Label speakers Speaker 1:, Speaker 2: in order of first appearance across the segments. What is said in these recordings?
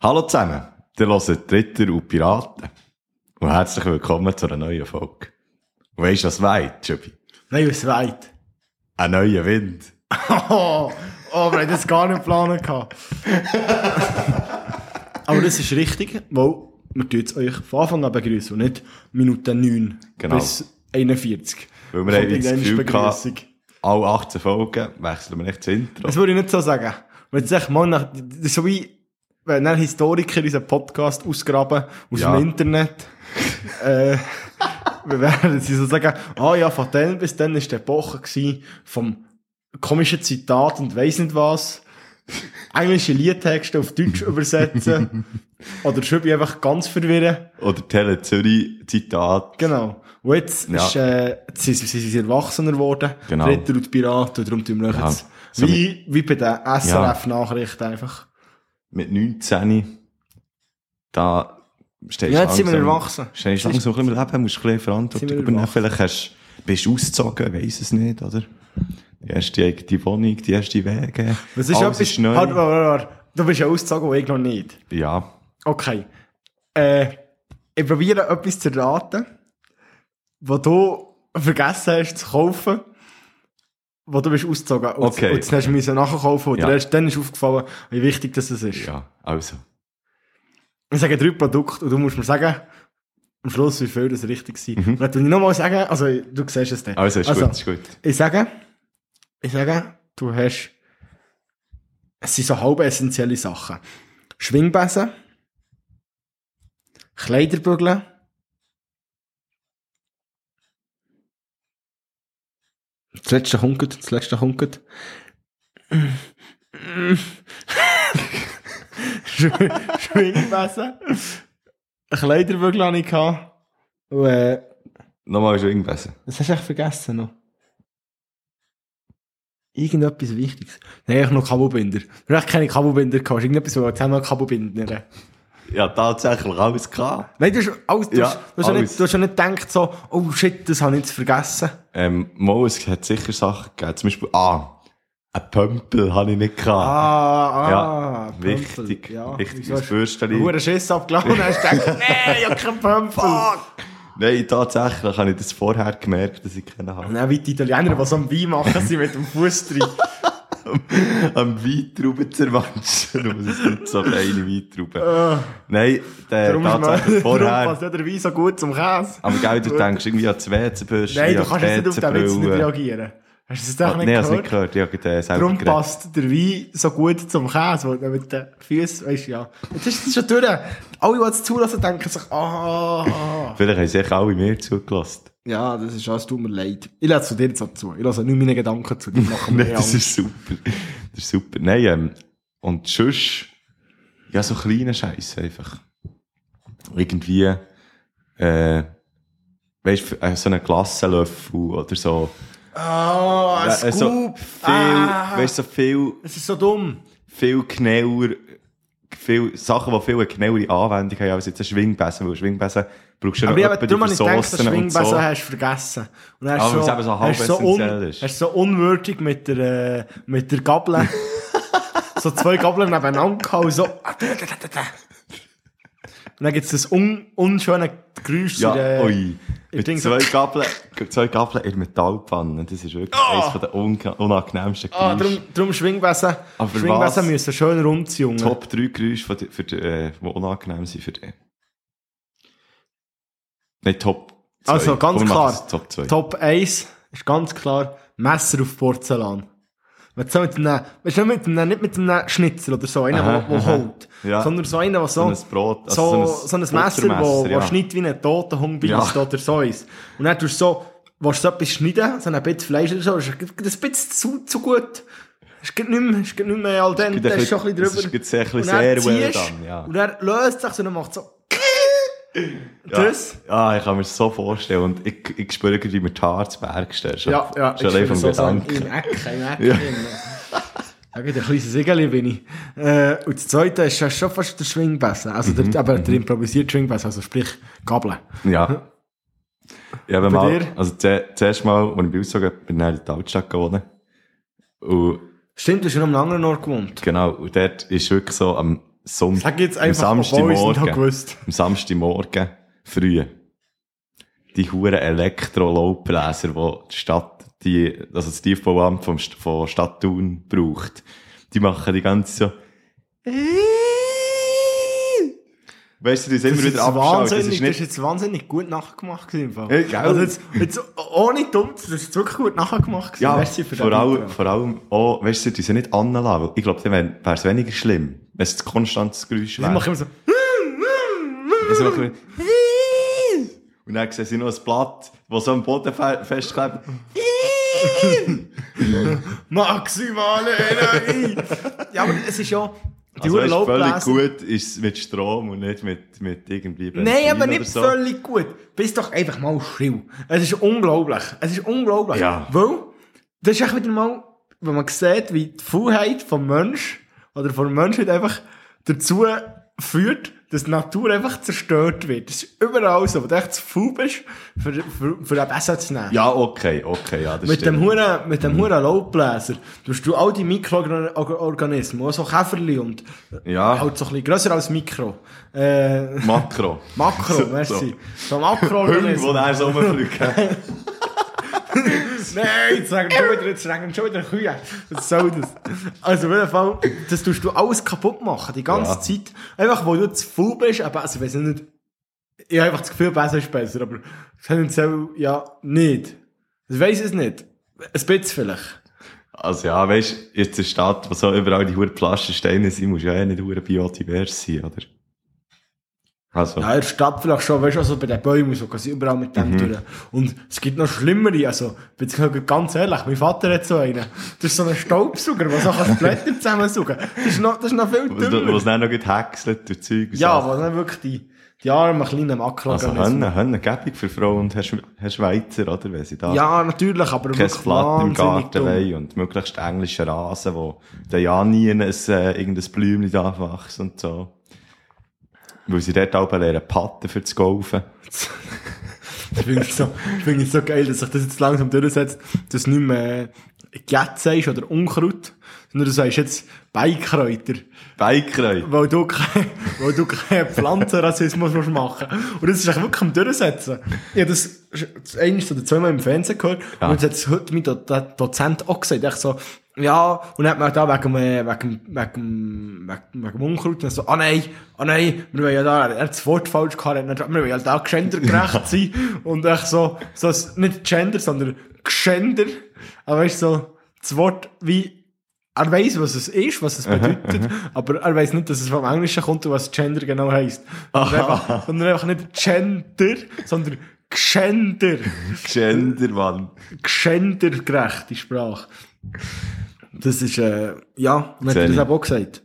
Speaker 1: Hallo zusammen, ihr hört Ritter und Piraten. Und herzlich willkommen zu einer neuen Folge. Und weisst du, was weit, Jubi?
Speaker 2: Nein, was weit.
Speaker 1: Ein neuer Wind.
Speaker 2: Oh, oh wir haben das gar nicht geplant. gehabt. Aber das ist richtig, weil wir tun jetzt euch von Anfang an begrüßen und nicht Minute 9
Speaker 1: Genau.
Speaker 2: bis 41.
Speaker 1: Weil wir haben
Speaker 2: Kommt
Speaker 1: jetzt das
Speaker 2: irgendwann
Speaker 1: Gefühl
Speaker 2: Begrüßung.
Speaker 1: gehabt, alle 18 Folgen wechseln wir nicht das Intro.
Speaker 2: Das würde ich nicht so sagen. Wenn jetzt echt mal nach, das ist so wie, wenn ein Historiker unseren Podcast ausgraben aus
Speaker 1: Ja.
Speaker 2: dem Internet, äh, wir werden sie so sagen, ah ja, von dann bis dann ist die Epoche gewesen, vom komischen Zitat und weiss nicht was, englische Liedtexte auf Deutsch übersetzen, oder schon einfach ganz verwirren.
Speaker 1: Oder Tele Zürich Zitat.
Speaker 2: Genau. Und jetzt,
Speaker 1: Ja.
Speaker 2: ist, äh, jetzt sind, sind sie erwachsener geworden.
Speaker 1: Genau.
Speaker 2: Ritter und Piraten. Darum tun wir euch
Speaker 1: Ja.
Speaker 2: jetzt,
Speaker 1: So
Speaker 2: wie, wie bei den SRF-Nachrichten einfach.
Speaker 1: Mit 19. Da stehst
Speaker 2: Ja, jetzt sind wir erwachsen.
Speaker 1: Stehst du langsam ein bisschen im Leben, musst ein bisschen Verantwortung
Speaker 2: Sind wir
Speaker 1: übernehmen.
Speaker 2: erwachsen.
Speaker 1: Vielleicht hast, bist du ausgezogen, weiss es nicht, oder? Die erste eigene Wohnung, die erste Wege.
Speaker 2: Das ist
Speaker 1: Alles
Speaker 2: etwas, Halt,
Speaker 1: ist neu.
Speaker 2: Warte, warte, warte. Du bist ja ausgezogen, und ich noch nicht.
Speaker 1: Ja.
Speaker 2: Okay. Äh, ich probiere etwas zu erraten, was du vergessen hast zu kaufen, wo du bist ausgezogen. Und,
Speaker 1: Okay.
Speaker 2: und das hast du müssen nachkaufen. Und
Speaker 1: Ja.
Speaker 2: erst dann ist aufgefallen, wie wichtig das ist.
Speaker 1: Ja, also.
Speaker 2: Ich sage drei Produkte und du musst mir sagen, am Schluss, wie viel das richtig sind. Und dann tu ich nochmal sagen, also du siehst es dann.
Speaker 1: Also, Mhm. ist gut, ist gut.
Speaker 2: Ich sage, ich sage, du hast, es sind so halb essentielle Sachen. Schwingbesen, Kleiderbügel, das letzte Hunket, das letzte Hunket. Schw- Schwingbesen, Kleiderbügel hatte ich. gehabt. Und, äh,
Speaker 1: Nochmal Schwingbesen.
Speaker 2: was hast du echt vergessen noch? Irgendetwas Wichtiges. Nein, ich noch Kabelbinder. Du hast keine Kabelbinder gehabt. Hast du Irgendetwas, wo wir zusammen Kabelbinder
Speaker 1: Ja, tatsächlich alles klar.
Speaker 2: Nein, du hast alles, du,
Speaker 1: Ja,
Speaker 2: hast, du, hast ja
Speaker 1: alles.
Speaker 2: Nicht, du hast ja nicht gedacht so, oh shit, das habe ich jetzt vergessen.
Speaker 1: Ähm, mal, es hat sicher Sachen gegeben. Zum Beispiel, ah, ein Pömpel habe ich nicht gehabt.
Speaker 2: Ah,
Speaker 1: ja,
Speaker 2: Pömpel.
Speaker 1: wichtig. wichtig, mein
Speaker 2: Du hast einen
Speaker 1: Fürsteli.
Speaker 2: hohen Schiss abgeladen und hast gedacht, nee, ich habe keinen Pömpel.
Speaker 1: Nein, tatsächlich habe ich das vorher gemerkt, dass ich keinen
Speaker 2: Und
Speaker 1: habe.
Speaker 2: dann wie die Italiener, die so ein Wein machen, sind mit dem Fuß drin.
Speaker 1: Am Weintrauben zerwanschen, um es nicht so feine Weintrauben.
Speaker 2: Äh,
Speaker 1: Nein, der,
Speaker 2: Darum ist
Speaker 1: tatsächlich
Speaker 2: man, darum
Speaker 1: vorher.
Speaker 2: passt ja der Wein so gut zum Käse.
Speaker 1: Aber gell, du denkst irgendwie an Zwetzenbüsche,
Speaker 2: Nein, du
Speaker 1: an
Speaker 2: kannst jetzt nicht auf den Witz nicht
Speaker 1: Kerzenbrille.
Speaker 2: reagieren. Hast du es doch
Speaker 1: Ah,
Speaker 2: nicht
Speaker 1: Nein, ich habe es
Speaker 2: gehört?
Speaker 1: nicht gehört. Ich habe gerade, äh, selber
Speaker 2: Darum
Speaker 1: geredet.
Speaker 2: passt der Wein so gut zum Käse, weil du mit den Füßen, weißt du, ja. Jetzt ist es schon durch. Alle, die es zulassen, denken sich, ah, ah.
Speaker 1: Vielleicht haben sich alle mir zugelassen.
Speaker 2: Ja, das ist alles, tut mir leid. Ich lasse zu dir jetzt auch zu. Ich lasse nicht meine Gedanken zu dir machen.
Speaker 1: Nein, das ist super. Das ist super. Nein, ähm, und sonst, ja, so kleine Scheiß einfach. Irgendwie, äh, weißt du, so einen Klassenlöffel oder so.
Speaker 2: Ah, ein
Speaker 1: Äh,
Speaker 2: Scoop.
Speaker 1: so viel,
Speaker 2: ah,
Speaker 1: weißt du, so viel,
Speaker 2: Es ist so dumm.
Speaker 1: viel genauer, viel, Sachen, die viel eine genauere Anwendung haben als jetzt ein Schwingbesen, weil Schwingbesen brauchst du
Speaker 2: Aber
Speaker 1: noch
Speaker 2: ich
Speaker 1: etwa
Speaker 2: habe
Speaker 1: die
Speaker 2: darum habe ich gedacht, dass
Speaker 1: Saucen und
Speaker 2: Schwingbesen
Speaker 1: so.
Speaker 2: hast du vergessen. Und hast
Speaker 1: Aber
Speaker 2: so,
Speaker 1: weil es eben so halb
Speaker 2: hast so, un,
Speaker 1: essentiell ist.
Speaker 2: hast so unwürdig mit der, äh, mit der Gabel, so zwei Gabeln nebeneinander gehabt und so. Und dann gibt es das un, unschöne Geräusch.
Speaker 1: Ja,
Speaker 2: in der-
Speaker 1: ui. Mit
Speaker 2: denk
Speaker 1: zwei, Gabeln, zwei Gabeln in der Metallpfanne. Das ist wirklich
Speaker 2: Ah!
Speaker 1: eines der unge- unangenehmsten Geräusche.
Speaker 2: Ah, darum, darum Schwingbesen,
Speaker 1: Aber für was?
Speaker 2: Schwingbesen müssen schön rund sein, Junge.
Speaker 1: Top 3 Geräusche, von die, für die, äh, die unangenehm sind für dich. Nein, Top 2.
Speaker 2: Also, ganz klar.
Speaker 1: Top 2.
Speaker 2: Top 1 ist ganz klar Messer auf Porzellan. Wenn du so mit einem, weißt du, nicht mit einem, nicht mit einem Schnitzel oder so,
Speaker 1: Aha,
Speaker 2: einer, der
Speaker 1: aha.
Speaker 2: holt,
Speaker 1: Ja.
Speaker 2: sondern so einer, der
Speaker 1: So
Speaker 2: so,
Speaker 1: ein Brot, also
Speaker 2: so, so ein Messer, wo,
Speaker 1: Buttermesser,
Speaker 2: wo schneidet wie ein toter Hund
Speaker 1: Ja.
Speaker 2: beißt oder so eins. Und dann tust du so, willst du so etwas schneiden, so ein bisschen Fleisch oder so, ist das ein bisschen zu, zu gut. Ist gerade nicht mehr, ist gerade nicht mehr al
Speaker 1: Ist
Speaker 2: dente,
Speaker 1: gerade ein
Speaker 2: ist schon ein
Speaker 1: bisschen-
Speaker 2: bisschen
Speaker 1: es ist
Speaker 2: drüber.
Speaker 1: gerade sehr- ein
Speaker 2: Und dann
Speaker 1: bisschen sehr well
Speaker 2: ziehst,
Speaker 1: done, ja.
Speaker 2: Und er löst sich so und macht so,
Speaker 1: ja.
Speaker 2: das.
Speaker 1: Ja, Ah, ich kann mir das so vorstellen. Und ich, ich spüre irgendwie, wie mir die Haare zu Berg stehen. Schon-
Speaker 2: Ja, ja,
Speaker 1: Schon allein vom
Speaker 2: so sagen,
Speaker 1: Gedanken.
Speaker 2: Im Ecken, im Ecken. Ja. Ja, gut, ein kleines Segel bin ich. Äh, und das zweite ist ja schon fast der Schwingbesen. Also
Speaker 1: Mhm,
Speaker 2: der, aber der improvisierte Schwingbesen, also sprich Gabeln.
Speaker 1: Ja. Ich habe
Speaker 2: Bei
Speaker 1: mal,
Speaker 2: dir?
Speaker 1: also zu- zuerst mal, als ich bei ausgezogen bin, bin ich in der Altstadt gewohnt. Und
Speaker 2: Stimmt, du hast schon an einem anderen Ort gewohnt.
Speaker 1: genau, und dort ist wirklich so am, Sonntag.
Speaker 2: Sag jetzt
Speaker 1: am
Speaker 2: einfach, obwohl ich es nicht
Speaker 1: Samstagmorgen.
Speaker 2: habe gewusst
Speaker 1: am Samstagmorgen früh die huren Elektro-Laubbläser, die die Stadt, die, also das Tiefbauamt vom, St- von Stadt Thun braucht, die machen die ganze so Weißt du, die sind
Speaker 2: Das
Speaker 1: immer
Speaker 2: ist,
Speaker 1: wieder
Speaker 2: jetzt
Speaker 1: abgeschaut. Das
Speaker 2: wahnsinnig,
Speaker 1: ist
Speaker 2: das ist
Speaker 1: nicht...
Speaker 2: jetzt wahnsinnig gut nachgemacht. gewesen Im Fall.
Speaker 1: Ja, gell?
Speaker 2: also jetzt, jetzt, ohne dumm, das ist wirklich gut nachgemacht. gewesen.
Speaker 1: Ja,
Speaker 2: Merci für
Speaker 1: vor,
Speaker 2: den
Speaker 1: allem,
Speaker 2: Beitrag.
Speaker 1: vor allem auch, weißt du, die sind nicht anlassen, weil ich glaube, dann wäre es weniger schlimm, wenn es ein konstantes Geräusch
Speaker 2: Ich
Speaker 1: wäre.
Speaker 2: mache immer so,
Speaker 1: Also machen wir- Und dann sehen sie noch ein Blatt, das so am Boden fe festklebt.
Speaker 2: maximale Energie. ja, aber es ist ja, die
Speaker 1: also
Speaker 2: also
Speaker 1: weißt, völlig
Speaker 2: Laubbläser.
Speaker 1: gut ist es mit Strom und nicht mit, mit irgendwie Benzin
Speaker 2: Nein, aber
Speaker 1: oder
Speaker 2: nicht
Speaker 1: so.
Speaker 2: völlig gut. Bist doch einfach mal schrill. Es ist unglaublich. Es ist unglaublich.
Speaker 1: Ja.
Speaker 2: Weil, das ist echt wieder mal, wenn man sieht, wie die Faulheit vom Mensch oder von Menschheit einfach dazu führt, dass die Natur einfach zerstört wird. Das ist überall so. Wenn du echt zu faul bist, für, für, für einen besser zu nehmen.
Speaker 1: Ja, okay, okay, ja, das
Speaker 2: Mit
Speaker 1: stimmt.
Speaker 2: dem, Huren, mit dem Huren Laubbläser tust du all die Mikroorganismen, auch so Käferli und
Speaker 1: Ja.
Speaker 2: halt so ein bisschen grösser als Mikro. Äh,
Speaker 1: Makro.
Speaker 2: Makro,
Speaker 1: So-
Speaker 2: merci.
Speaker 1: so.
Speaker 2: So Makro
Speaker 1: Hülle, wo der so rumfliegt. gell?
Speaker 2: Nein, jetzt sagen schon wieder, jetzt sagen schon wieder Kühe. Was soll das? Also auf jeden Fall, das tust du alles kaputt machen, die ganze
Speaker 1: Ja.
Speaker 2: Zeit. Einfach, weil du zu faul bist, aber also, ich weiß nicht, ich habe einfach das Gefühl, besser ist besser, aber tendenziell ja nicht. Ich weiß es nicht. Ein bisschen vielleicht.
Speaker 1: Also ja, weißt du, jetzt eine Stadt, wo so überall die hohen Pflastersteine sind, muss ja eh nicht hure biodivers sein, oder? Also,
Speaker 2: Ja, in der Stadt vielleicht schon, weißt du, also bei den Bäumen und so, quasi überall mit dem
Speaker 1: Mhm.
Speaker 2: durch. Und es gibt noch schlimmere, also, jetzt ganz ehrlich, mein Vater hat so einen. Das ist so ein Staubsauger, der so kann die Blätter zusammensaugen kann. Das ist noch, das ist noch viel
Speaker 1: was was
Speaker 2: dümmer.
Speaker 1: dann noch gut häckselt durch Zeug und
Speaker 2: Ja,
Speaker 1: so.
Speaker 2: wo dann wirklich die, die armen kleinen
Speaker 1: Also,
Speaker 2: Makroorganismen.
Speaker 1: Hönne, Hönne, gäbig für Frauen und Herr, Sch Herr Schweizer, oder? Wenn sie da
Speaker 2: ja, natürlich, aber
Speaker 1: kein
Speaker 2: wirklich
Speaker 1: Blatt im
Speaker 2: wahnsinnig
Speaker 1: Garten
Speaker 2: dumm.
Speaker 1: wollen und möglichst englischen Rasen, wo der ja nie ein, äh, irgendein Blümchen darf wachsen und so. Weil sie dort auch lernen, Patten für das Golfen.
Speaker 2: Ich finde es so, ich finde es so geil, dass sich das jetzt langsam durchsetzt, dass nicht mehr Gätze ist oder Unkraut, sondern du sagst jetzt Beikräuter.
Speaker 1: Beikreuz.
Speaker 2: Weil du, kein, weil du keinen Pflanzenrassismus musst machen Und das ist echt wirklich am Durchsetzen. Ich habe das sch- eines oder zweimal im Fernsehen gehört.
Speaker 1: Ja.
Speaker 2: Und jetzt hat heute mein Do der Dozent auch gesagt, echt so, ja, und dann hat man da wegen, dem- äh, wegen, wegen, wegen, wegen dem Unkraut, dann so, ah nein, ah nein, wir wollen ja da, er hat das Wort falsch gehabt, er hat gesagt, wir wollen ja da gendergerecht sein. Und echt so, so, ein- nicht Gender, sondern Gender. Aber weißt du, so, das Wort wie, er weiß, was es ist, was es bedeutet, aber er weiß nicht, dass es vom Englischen kommt und was Gender genau heißt. Sondern einfach, sondern einfach nicht Gender, sondern Gender.
Speaker 1: Gender, Mann.
Speaker 2: Gendergerechte Sprache. Das ist, äh, ja, man hat
Speaker 1: Sehe
Speaker 2: das
Speaker 1: ich.
Speaker 2: eben auch gesagt.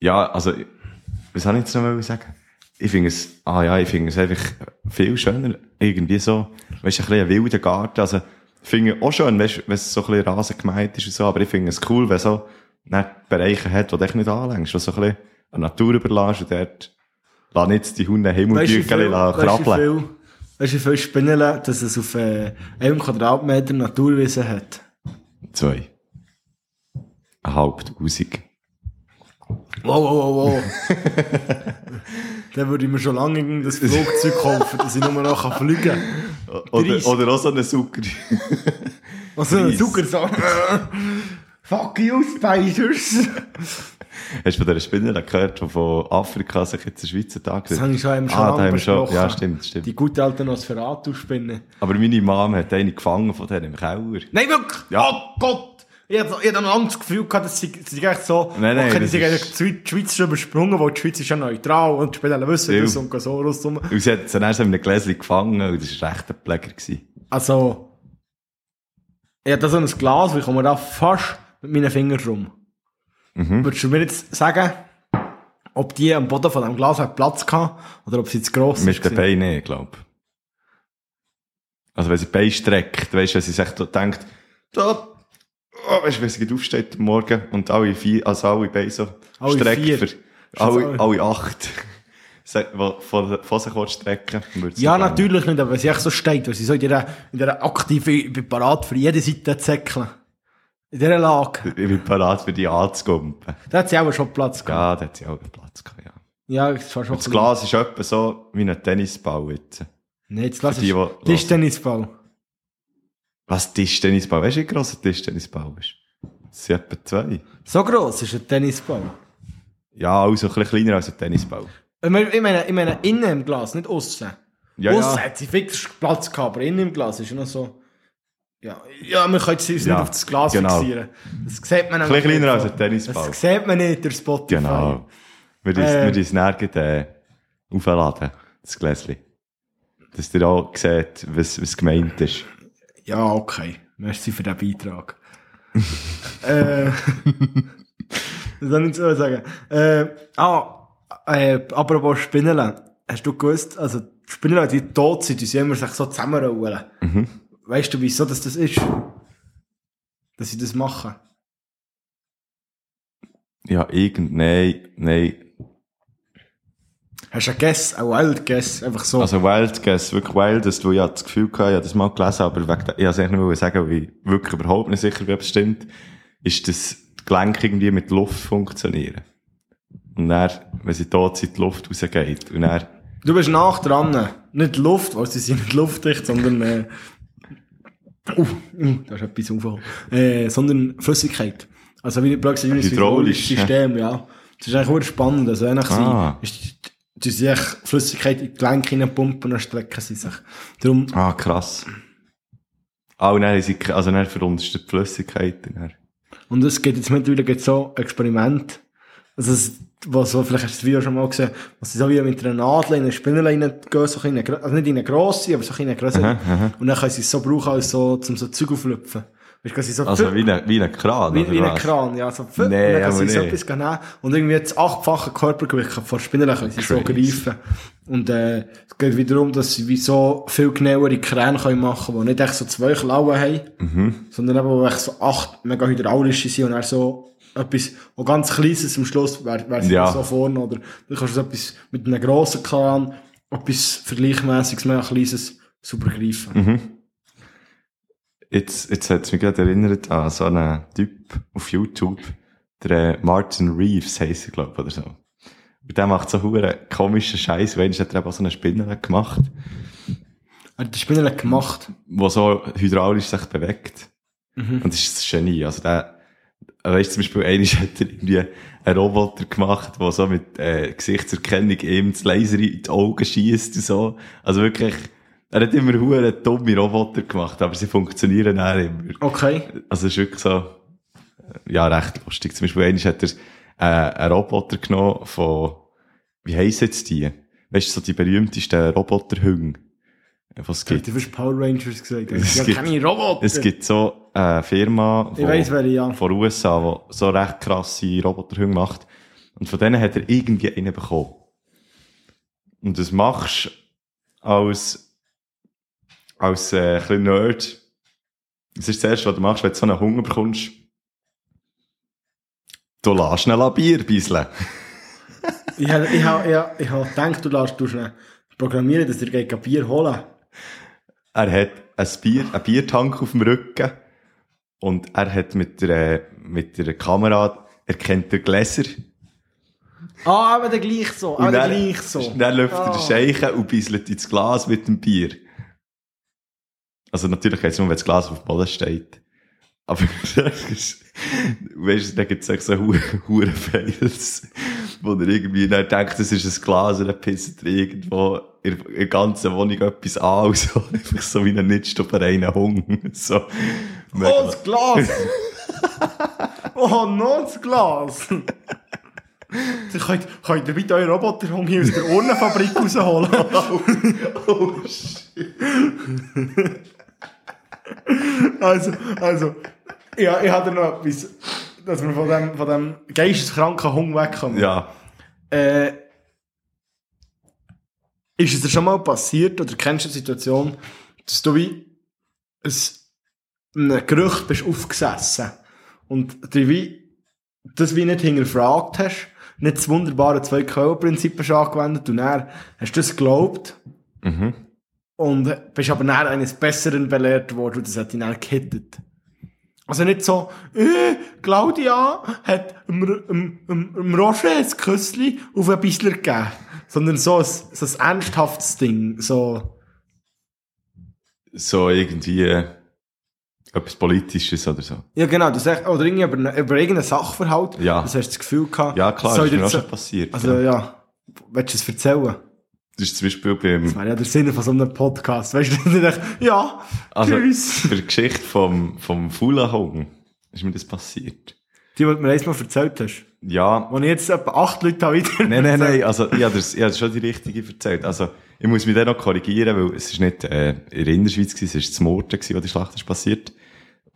Speaker 1: Ja, also, was habe ich jetzt noch mal sagen? Ich finde es, ah ja, ich finde es einfach viel schöner. Irgendwie so, weißt du, ein bisschen ein wilder Garten. Also, ich finde auch schön, weißt du, wenn es so ein bisschen Rasen gemeint ist und so, aber ich finde es cool, wenn so nicht Bereiche hat, die du echt nicht anlängst, wo so ein bisschen der Natur überlässt und dort lass nicht die Hunde Himmel
Speaker 2: Weißt du, wie
Speaker 1: Tüchel
Speaker 2: viel- weißt du, wie
Speaker 1: krabbeln.
Speaker 2: viel- Weißt du, wie viel Spinnele, dass es auf äh, einem Quadratmeter Naturwissen hat?
Speaker 1: Zwei. Eine halbe Tausend.
Speaker 2: Wow, wow, wow, wow. Dann würde ich mir schon lange das Flugzeug kaufen, dass ich nur noch fliegen kann.
Speaker 1: Oder,
Speaker 2: Dreißig.
Speaker 1: oder auch so eine Zucker.
Speaker 2: Also ein
Speaker 1: Preis.
Speaker 2: Zucker so. Fuck you, Spiders!
Speaker 1: Hast du von dieser Spinne gehört, die von Afrika sich jetzt den Schweizer Tag
Speaker 2: Das habe ich schon, eben schon
Speaker 1: Ah, da
Speaker 2: lange
Speaker 1: haben wir schon.
Speaker 2: besprochen.
Speaker 1: Ja, stimmt, stimmt.
Speaker 2: Die gute alte Nosferatu-Spinne.
Speaker 1: Aber meine Mom hat eine gefangen von denen im Keller.
Speaker 2: Nein, wirklich!
Speaker 1: Ja.
Speaker 2: Oh Gott! Ich hatte, ich hatte ein anderes Gefühl gehabt, dass sie, sie echt so,
Speaker 1: Nein, nein,
Speaker 2: okay, die
Speaker 1: das
Speaker 2: sind
Speaker 1: ist-
Speaker 2: eigentlich die Schweiz- die Schweiz schon übersprungen, weil die Schweiz ist ja neutral und die Spinellen wissen
Speaker 1: Ja.
Speaker 2: das und gehen so rundherum.
Speaker 1: Und sie hat sie dann so in einem Gläschen gefangen und das war recht ein Pfleger. gewesen.
Speaker 2: Also, ich habe da so ein Glas, wie kann man da fast mit meinen Fingern rum. Würdest du mir jetzt sagen, ob die am Boden von diesem Glas hat Platz gehabt oder ob sie zu gross
Speaker 1: Mit den
Speaker 2: war?
Speaker 1: Beinen, nicht, glaube Also wenn sie die Beine streckt, weißt du, wenn sie sich so denkt, da, oh, weißt du, wenn sie gerade aufsteht am Morgen und alle vier, also alle Beine so
Speaker 2: Alle
Speaker 1: streckt.
Speaker 2: vier.
Speaker 1: Für,
Speaker 2: Ist das
Speaker 1: alle,
Speaker 2: alle?
Speaker 1: alle acht. Se- wo- Von, von sich will strecken. würde sie
Speaker 2: Ja,
Speaker 1: gerne.
Speaker 2: natürlich nicht, aber wenn sie echt so steht, weil sie so in dieser, in dieser aktiven, ich bin parat für jede Seite zu säckeln. In dieser Lage.
Speaker 1: Ich bin parat für die anzugumpen.
Speaker 2: Da hat sie auch schon Platz gehabt.
Speaker 1: Ja, da hat sie auch den Platz gehabt, ja.
Speaker 2: Ja, das war schon
Speaker 1: Und das Glas ist etwa so wie ein Tennisball jetzt.
Speaker 2: Nein, jetzt lass
Speaker 1: Für die,
Speaker 2: es.
Speaker 1: die-
Speaker 2: Tischtennisball.
Speaker 1: Was Tischtennisball? Weißt du, wie gross ein Tischtennisball ist? Das sind etwa zwei.
Speaker 2: So gross ist ein Tennisball.
Speaker 1: Ja, also ein bisschen kleiner als ein Tennisball.
Speaker 2: Ich meine, ich meine, ich meine innen im Glas, nicht außen.
Speaker 1: Ja,
Speaker 2: außen
Speaker 1: ja.
Speaker 2: hat sie fix Platz gehabt, aber innen im Glas ist ja noch so. Ja, ja wir können sie uns
Speaker 1: Ja,
Speaker 2: nicht auf das Glas
Speaker 1: genau.
Speaker 2: fixieren. Das sieht man
Speaker 1: Ein bisschen kleiner als
Speaker 2: nicht.
Speaker 1: ein Tennisball.
Speaker 2: Das sieht man nicht durch Spotify.
Speaker 1: Genau. Wir uns
Speaker 2: Ähm.
Speaker 1: ähm. nirgends äh, aufladen, das Gläschen. Dass ihr auch seht, was, was gemeint ist.
Speaker 2: Ja, okay. Merci für den Beitrag. äh, was soll ich zu sagen? Äh, ah, äh, apropos Spinnen. Hast du gewusst, also die Spinnen, die tot sind, die sind immer sich so zusammenrollen.
Speaker 1: Mhm.
Speaker 2: Weißt du, wieso dass das ist? Dass sie das machen.
Speaker 1: Ja, irgend, nein, nein.
Speaker 2: Hast du einen Guess, einen Wild Guess, einfach so.
Speaker 1: Also Wild Guess, wirklich Wildest, wo ich hab das Gefühl hatte, ich habe das mal gelesen, aber wegen der, ich wollte es eigentlich nur sagen, weil ich wirklich überhaupt nicht sicher bin, ob es stimmt, ist, dass die Gelenke irgendwie mit Luft funktionieren. Und dann, wenn sie tot sind, die Luft rausgeht. Und dann,
Speaker 2: du bist nach dran. Nicht Luft, weil sie sind nicht luftdicht, sondern, äh, uh, uh, da ist etwas aufgekommen. Äh, sondern Flüssigkeit. Also, wie du gesagt hast, wie ein
Speaker 1: Hydraulisch,
Speaker 2: hydraulisches System, ja. Das ist eigentlich wirklich spannend. Also, eigentlich
Speaker 1: Ah.
Speaker 2: sie, ist, die sich Flüssigkeit in die Gelenke hineinpumpen und dann strecken sie sich. Darum,
Speaker 1: ah, krass. Ah, und dann, haben sie, ke- also dann verdunstet die Flüssigkeit. Und dann,
Speaker 2: Und es gibt jetzt mittlerweile gibt's so Experiment, also es, was so, vielleicht hast du das Video schon mal gesehen, was sie so wie mit einer Nadel in eine Spinne reingehen, so in eine, grö- also nicht in eine grosse, aber so in eine grössere. Und dann können sie es so brauchen, als so, zum so Zeug auflüpfen. Weißt du, sie so
Speaker 1: also wie ein, wie ein Kran,
Speaker 2: wie,
Speaker 1: oder
Speaker 2: wie ein
Speaker 1: was?
Speaker 2: Kran, ja, so nee, und
Speaker 1: Nee,
Speaker 2: dann können
Speaker 1: aber
Speaker 2: sie so
Speaker 1: nee.
Speaker 2: etwas nehmen und irgendwie das achtfache Körpergewicht von Spinnen können sie so
Speaker 1: Crazy.
Speaker 2: greifen. Und äh, es geht wiederum, dass sie wie so viel genauere Kräne können machen können, die nicht echt so zwei Klauen haben,
Speaker 1: Mhm.
Speaker 2: sondern eben, wo echt so acht mega hydraulische sind und dann so etwas, auch ganz Kleines am Schluss, wäre wär sie
Speaker 1: Ja.
Speaker 2: so vorne, oder du kannst so etwas mit einem grossen Kran, etwas vergleichmässiges, mega Kleines, super greifen.
Speaker 1: Mhm. Jetzt, jetzt hat es mich gerade erinnert an so einen Typ auf YouTube, der äh, Martin Reeves heisst er, glaube ich, oder so. Und der macht so einen komischen Scheiß. Wenigstens hat er eben auch so eine Spinne gemacht,
Speaker 2: Er hat die Spinnen gemacht.
Speaker 1: die so hydraulisch sich bewegt.
Speaker 2: Mhm.
Speaker 1: Und das ist ein Genie. Also der, weißt du, zum Beispiel, einmal hat er irgendwie einen Roboter gemacht, der so mit äh, Gesichtserkennung ihm das Laser in die Augen schießt und so. Also wirklich, er hat immer hure dumme Roboter gemacht, aber sie funktionieren auch immer.
Speaker 2: Okay.
Speaker 1: Also es ist wirklich so, äh, ja, recht lustig. Zum Beispiel einmal hat er äh, einen Roboter genommen von, wie heissen jetzt die? Weißt du, so die berühmtesten Roboterhünge, äh, was es
Speaker 2: Gibt.
Speaker 1: gibt.
Speaker 2: Du hast Power Rangers gesagt.
Speaker 1: Es
Speaker 2: ja,
Speaker 1: gibt-
Speaker 2: keine Roboter.
Speaker 1: Es gibt so eine Firma
Speaker 2: ich weiß,
Speaker 1: von,
Speaker 2: welche, ja.
Speaker 1: von USA, die so recht krasse Roboterhünge macht. Und von denen hat er irgendwie einen bekommen. Und das machst du als, als äh, ein bisschen Nerd. Das ist das Erste, was du machst, wenn du so einen Hunger bekommst. Du lässt ihn ein Bier bisseln.
Speaker 2: Ich habe ich hab, ich hab, ich hab gedacht, du lässt du schnell programmieren, dass ihr gegen Bier holen.
Speaker 1: Er hat ein Bier, einen Biertank auf dem Rücken und er hat mit der, äh, mit der Kamera, er kennt den Gläser.
Speaker 2: Ah, aber dann gleich so. Aber dann gleich so.
Speaker 1: Dann läuft er
Speaker 2: Ah.
Speaker 1: den Scheichen und bisselt ins Glas mit dem Bier. Also natürlich geht es nur, wenn das Glas auf dem Boden steht. Aber das ist- weißt du, dann gibt es so Hu- hure Fails, wo er irgendwie dann denkt, das ist ein Glas und dann pisst er irgendwo in der- in der ganzen Wohnung etwas an und so. Einfach so wie ein nicht auf einen Hunger. So.
Speaker 2: Oh, das Glas! oh, noch das Glas! Ihr könnt, könnt ihr bitte euren Roboter hier aus der Urnenfabrik rausholen.
Speaker 1: oh shit.
Speaker 2: Also, also, ja, ich hatte noch etwas, dass wir von dem, von dem geisteskranken Hunger wegkommen.
Speaker 1: Ja.
Speaker 2: Äh, ist es dir schon mal passiert oder kennst du die Situation, dass du wie ein, einem Gerücht bist aufgesessen und dir wie das wie nicht hinterfragt hast, nicht das wunderbare zwei Prinzip hast angewendet und dann hast du das geglaubt
Speaker 1: Mhm.
Speaker 2: und bist aber nachher eines Besseren belehrt worden und das hat dich dann gehittet. Also nicht so, äh, Claudia hat im, im, im, im Roger ein Küssli auf ein bisschen gegeben. Sondern so ein, so ein ernsthaftes Ding. So,
Speaker 1: So irgendwie äh, etwas Politisches oder so.
Speaker 2: ja genau, das echt, oder irgendwie über, über irgendeinen Sachverhalt.
Speaker 1: Ja.
Speaker 2: Das hast du das Gefühl gehabt.
Speaker 1: Ja, klar,
Speaker 2: soll
Speaker 1: ist mir
Speaker 2: dir
Speaker 1: auch
Speaker 2: so-
Speaker 1: schon passiert.
Speaker 2: Also
Speaker 1: ja.
Speaker 2: ja, willst du es erzählen?
Speaker 1: Das ist zum Beispiel beim,
Speaker 2: Das wäre ja der Sinn von so einem Podcast. Weißt du, nicht echt, ja,
Speaker 1: Also-
Speaker 2: tschüss.
Speaker 1: bei der Geschichte vom, vom Fulahong ist mir das passiert.
Speaker 2: Die, die du mir erstmal erzählt hast.
Speaker 1: Ja,
Speaker 2: Wo ich jetzt etwa acht Leute habe wieder.
Speaker 1: nein, nein, nein, also ich habe das, ich habe das schon die richtige erzählt. Also ich muss mich dann noch korrigieren, weil es ist nicht äh, in der Innerschweiz gewesen, es ist zu Morden gewesen, wo die Schlacht ist passiert.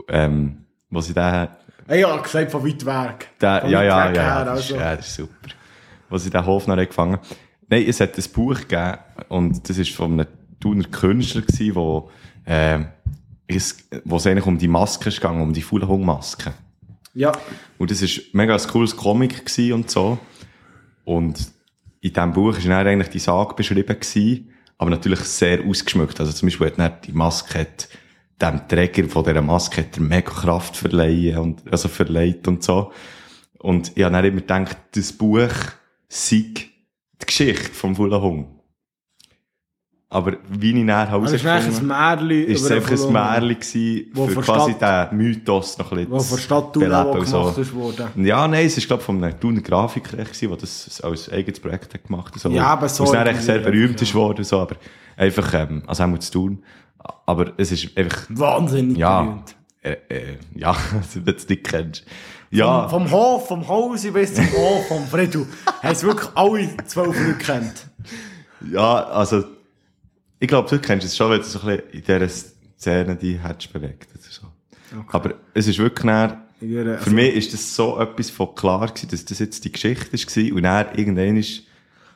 Speaker 1: Ähm, wo sie den
Speaker 2: Ey, ja, gesagt von weit weg.
Speaker 1: Der,
Speaker 2: Von
Speaker 1: ja, ja,
Speaker 2: weit
Speaker 1: ja,
Speaker 2: weg
Speaker 1: ja,
Speaker 2: her,
Speaker 1: das ist,
Speaker 2: also.
Speaker 1: ja, das ist super. Wo sie den Hof noch haben gefangen Nein, es hat ein Buch gegeben und das ist von einem Thuner Künstler gewesen, wo, äh, es, wo es eigentlich um die Maske ist gegangen, um die Fulahung-Maske.
Speaker 2: Ja,
Speaker 1: Und das ist mega ein cooles Comic gewesen und so. Und in diesem Buch ist dann eigentlich die Sage beschrieben gewesen, aber natürlich sehr ausgeschmückt. Also zum Beispiel hat dann die Maske hat, dem Träger von dieser Maske hat er mega Kraft verleihen und, also verleiht und so. Und ich habe dann immer gedacht, das Buch sei die Geschichte vom Fulahung. Aber wie ich nachher
Speaker 2: also ist eigentlich ein
Speaker 1: herausgefunden
Speaker 2: Märchen.
Speaker 1: ist es
Speaker 2: über
Speaker 1: einfach ein
Speaker 2: Verlust,
Speaker 1: Märchen gewesen,
Speaker 2: Wo
Speaker 1: für
Speaker 2: von
Speaker 1: quasi
Speaker 2: Stadt-
Speaker 1: den Mythos noch ein bisschen
Speaker 2: Wo von
Speaker 1: zu
Speaker 2: Stadt
Speaker 1: beleben
Speaker 2: Thurau
Speaker 1: und
Speaker 2: gemacht
Speaker 1: so.
Speaker 2: ist worden.
Speaker 1: Ja, nein, es ist, glaube ich, von einem Thuner Grafiker, echt gewesen, der das als eigenes Projekt hat gemacht hat. So.
Speaker 2: Ja, aber so
Speaker 1: Und es dann echt
Speaker 2: irgendwie
Speaker 1: sehr berühmt
Speaker 2: einfach,
Speaker 1: ist worden, so, aber einfach, ähm, also auch mal zu tun. Aber es ist einfach,
Speaker 2: Wahnsinnig
Speaker 1: ja,
Speaker 2: berühmt.
Speaker 1: äh, äh, ja, also, wenn du es nicht kennst. Ja,
Speaker 2: Vom Hof, vom Hause bis zum Hof, vom Fredu. Hast wirklich alle zwölf Leute gekannt.
Speaker 1: ja, also, ich glaube, du kennst es schon, wenn du so ein bisschen in dieser Szene die hättest bewegt. Oder so. Aber es ist wirklich näher, Für
Speaker 2: Also,
Speaker 1: mich ist das so etwas von klar gewesen, dass das jetzt die Geschichte war und dann irgendwann ist,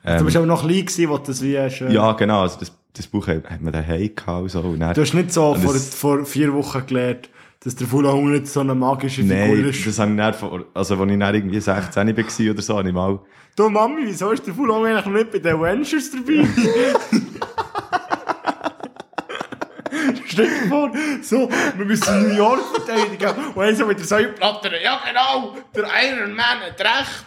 Speaker 2: Also, du bist aber noch klein gewesen, wo du das wie hast. äh,
Speaker 1: Ja, genau. Also das, das Buch hat hat man daheim gehabt und so. Und dann,
Speaker 2: Du hast nicht so
Speaker 1: Und
Speaker 2: vor,
Speaker 1: das-
Speaker 2: vor vier Wochen gelernt, dass der Fulahung nicht so eine magische Figur
Speaker 1: Nein,
Speaker 2: ist.
Speaker 1: das habe ich dann, vor- also als ich dann irgendwie 16 war oder so, habe ich mal...
Speaker 2: Du Mami, wieso ist der Fulahung eigentlich noch nicht bei den Avengers dabei? Stell dir vor, so, wir müssen New York verteidigen und er so mit der Säuplatte, ja genau, der Iron Man hat recht.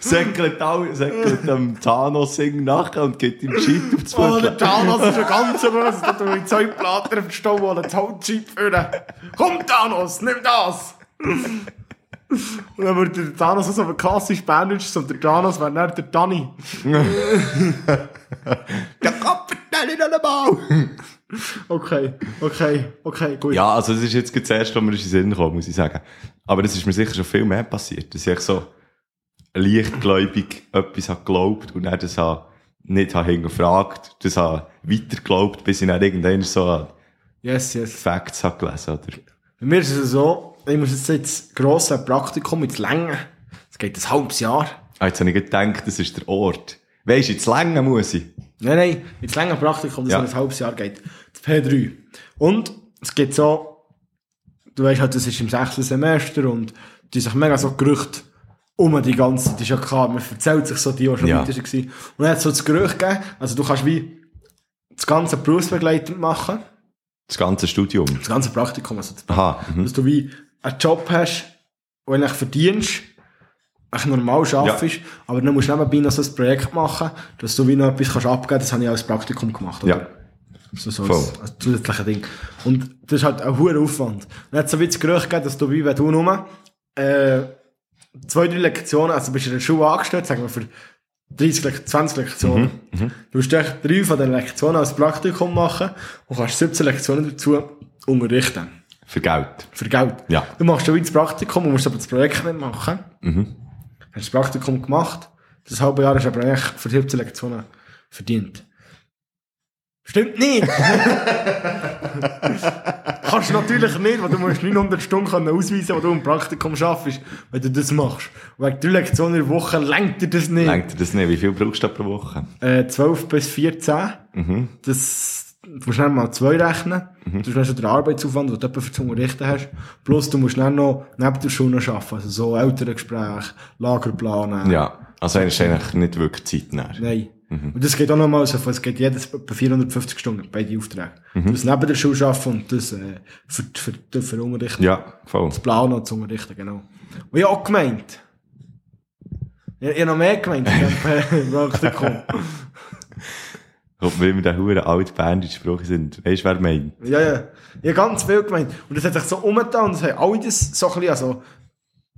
Speaker 1: Säckelt all- säckelt dem Thanos singen nachher und geht ihm Shit aufs
Speaker 2: Oh, der
Speaker 1: Viertel.
Speaker 2: Thanos ist schon ganz böse, da tut er mit Säuplatte auf den Stuhl und das Holzschiff führen. Komm Thanos, nimm das! Und dann wird der Thanos so ein klassisch Bandage und der Thanos wäre dann der Danny.
Speaker 1: Der Kopf dann in einem Bau!
Speaker 2: Okay, okay, okay, gut.
Speaker 1: Ja, also das ist jetzt gerade das erste, was mir in den Sinn kam, muss ich sagen. Aber das ist mir sicher schon viel mehr passiert, dass ich so leichtgläubig etwas habe geglaubt und dann das habe nicht habe hinterfragt, das habe weitergeglaubt, bis ich dann irgendwann so
Speaker 2: Yes, yes.
Speaker 1: Facts habe gelesen oder...
Speaker 2: Bei mir ist es so, ich muss jetzt ins grosse Praktikum, ins Länge. Es geht ein halbes Jahr.
Speaker 1: Ah, jetzt habe ich gedacht, das ist der Ort. Weisst du, jetzt länger muss ich.
Speaker 2: Nein, nein, ins Länge Praktikum, das
Speaker 1: Ja.
Speaker 2: ja. ein halbes Jahr geht. Das P3. Und es geht so, du weißt halt, das ist im sechsten Semester und die sich mega so Gerüchte um die ganze Zeit, das ist ja klar, man erzählt sich so, die die schon
Speaker 1: Ja.
Speaker 2: ja. weiter waren. Und dann hat es so das Gerücht gegeben, also du kannst wie das ganze berufsbegleitend machen,
Speaker 1: Das ganze Studium.
Speaker 2: das ganze Praktikum, also das
Speaker 1: Aha. Mhm.
Speaker 2: dass du wie einen Job hast, den du eigentlich verdienst, eigentlich normal arbeitest, aber dann musst du nebenbei noch so ein Projekt machen, dass du wie noch etwas kannst abgeben kannst. Das habe ich als Praktikum gemacht, oder?
Speaker 1: Ja.
Speaker 2: So, so
Speaker 1: Voll.
Speaker 2: als, als zusätzliches Ding. Und das ist halt ein hoher Aufwand. Und dann hat es so wie das Gerücht gegeben, dass du wie, wenn du nur äh, zwei, drei Lektionen, also bist du in der Schule angestellt, sagen wir für 30, Lek- 20 Lektionen.
Speaker 1: Mhm,
Speaker 2: Du musst echt drei von den Lektionen als Praktikum machen und kannst 17 Lektionen dazu unterrichten
Speaker 1: Für Geld.
Speaker 2: für Geld.
Speaker 1: Ja.
Speaker 2: Du machst schon wieder das Praktikum und musst aber das Projekt nicht machen. Hast das Praktikum gemacht, das halbe Jahr hast du aber eigentlich für 17 Lektionen verdient. Stimmt nicht! Kannst du natürlich nicht, weil du musst 900 Stunden können ausweisen, wo du im Praktikum arbeitest, wenn du das machst. Und wegen drei Lektionen in der Woche lenkt dir das nicht.
Speaker 1: Denkt ihr das nicht? Wie viel brauchst du pro Woche?
Speaker 2: Äh, 12 bis 14. Das du musst dann mal zwei rechnen. Du hast dann schon den Arbeitsaufwand, den du etwa für zu unterrichten hast. Plus du musst dann noch neben der Schule noch arbeiten. Also so Elterngespräche, Lagerplanen.
Speaker 1: Ja. Also eigentlich ist eigentlich nicht wirklich Zeit näher.
Speaker 2: Nein. Und das geht auch nochmal so, es geht jedes etwa 450 Stunden, beide Aufträge. Das neben der Schule arbeiten und das äh, für, für, für, für Unterricht.
Speaker 1: Ja, voll.
Speaker 2: Das Plan noch zu unterrichten, genau. Und ich habe auch gemeint. Ich, ich habe noch mehr gemeint, ich habe gekommen.
Speaker 1: Ob wir immer den huren alt Band Spruch sind. Weißt du, wer meint?
Speaker 2: Ja, ja. Ich habe ganz viel gemeint. Und das hat sich so umgetan und das haben alle das so ein bisschen, also,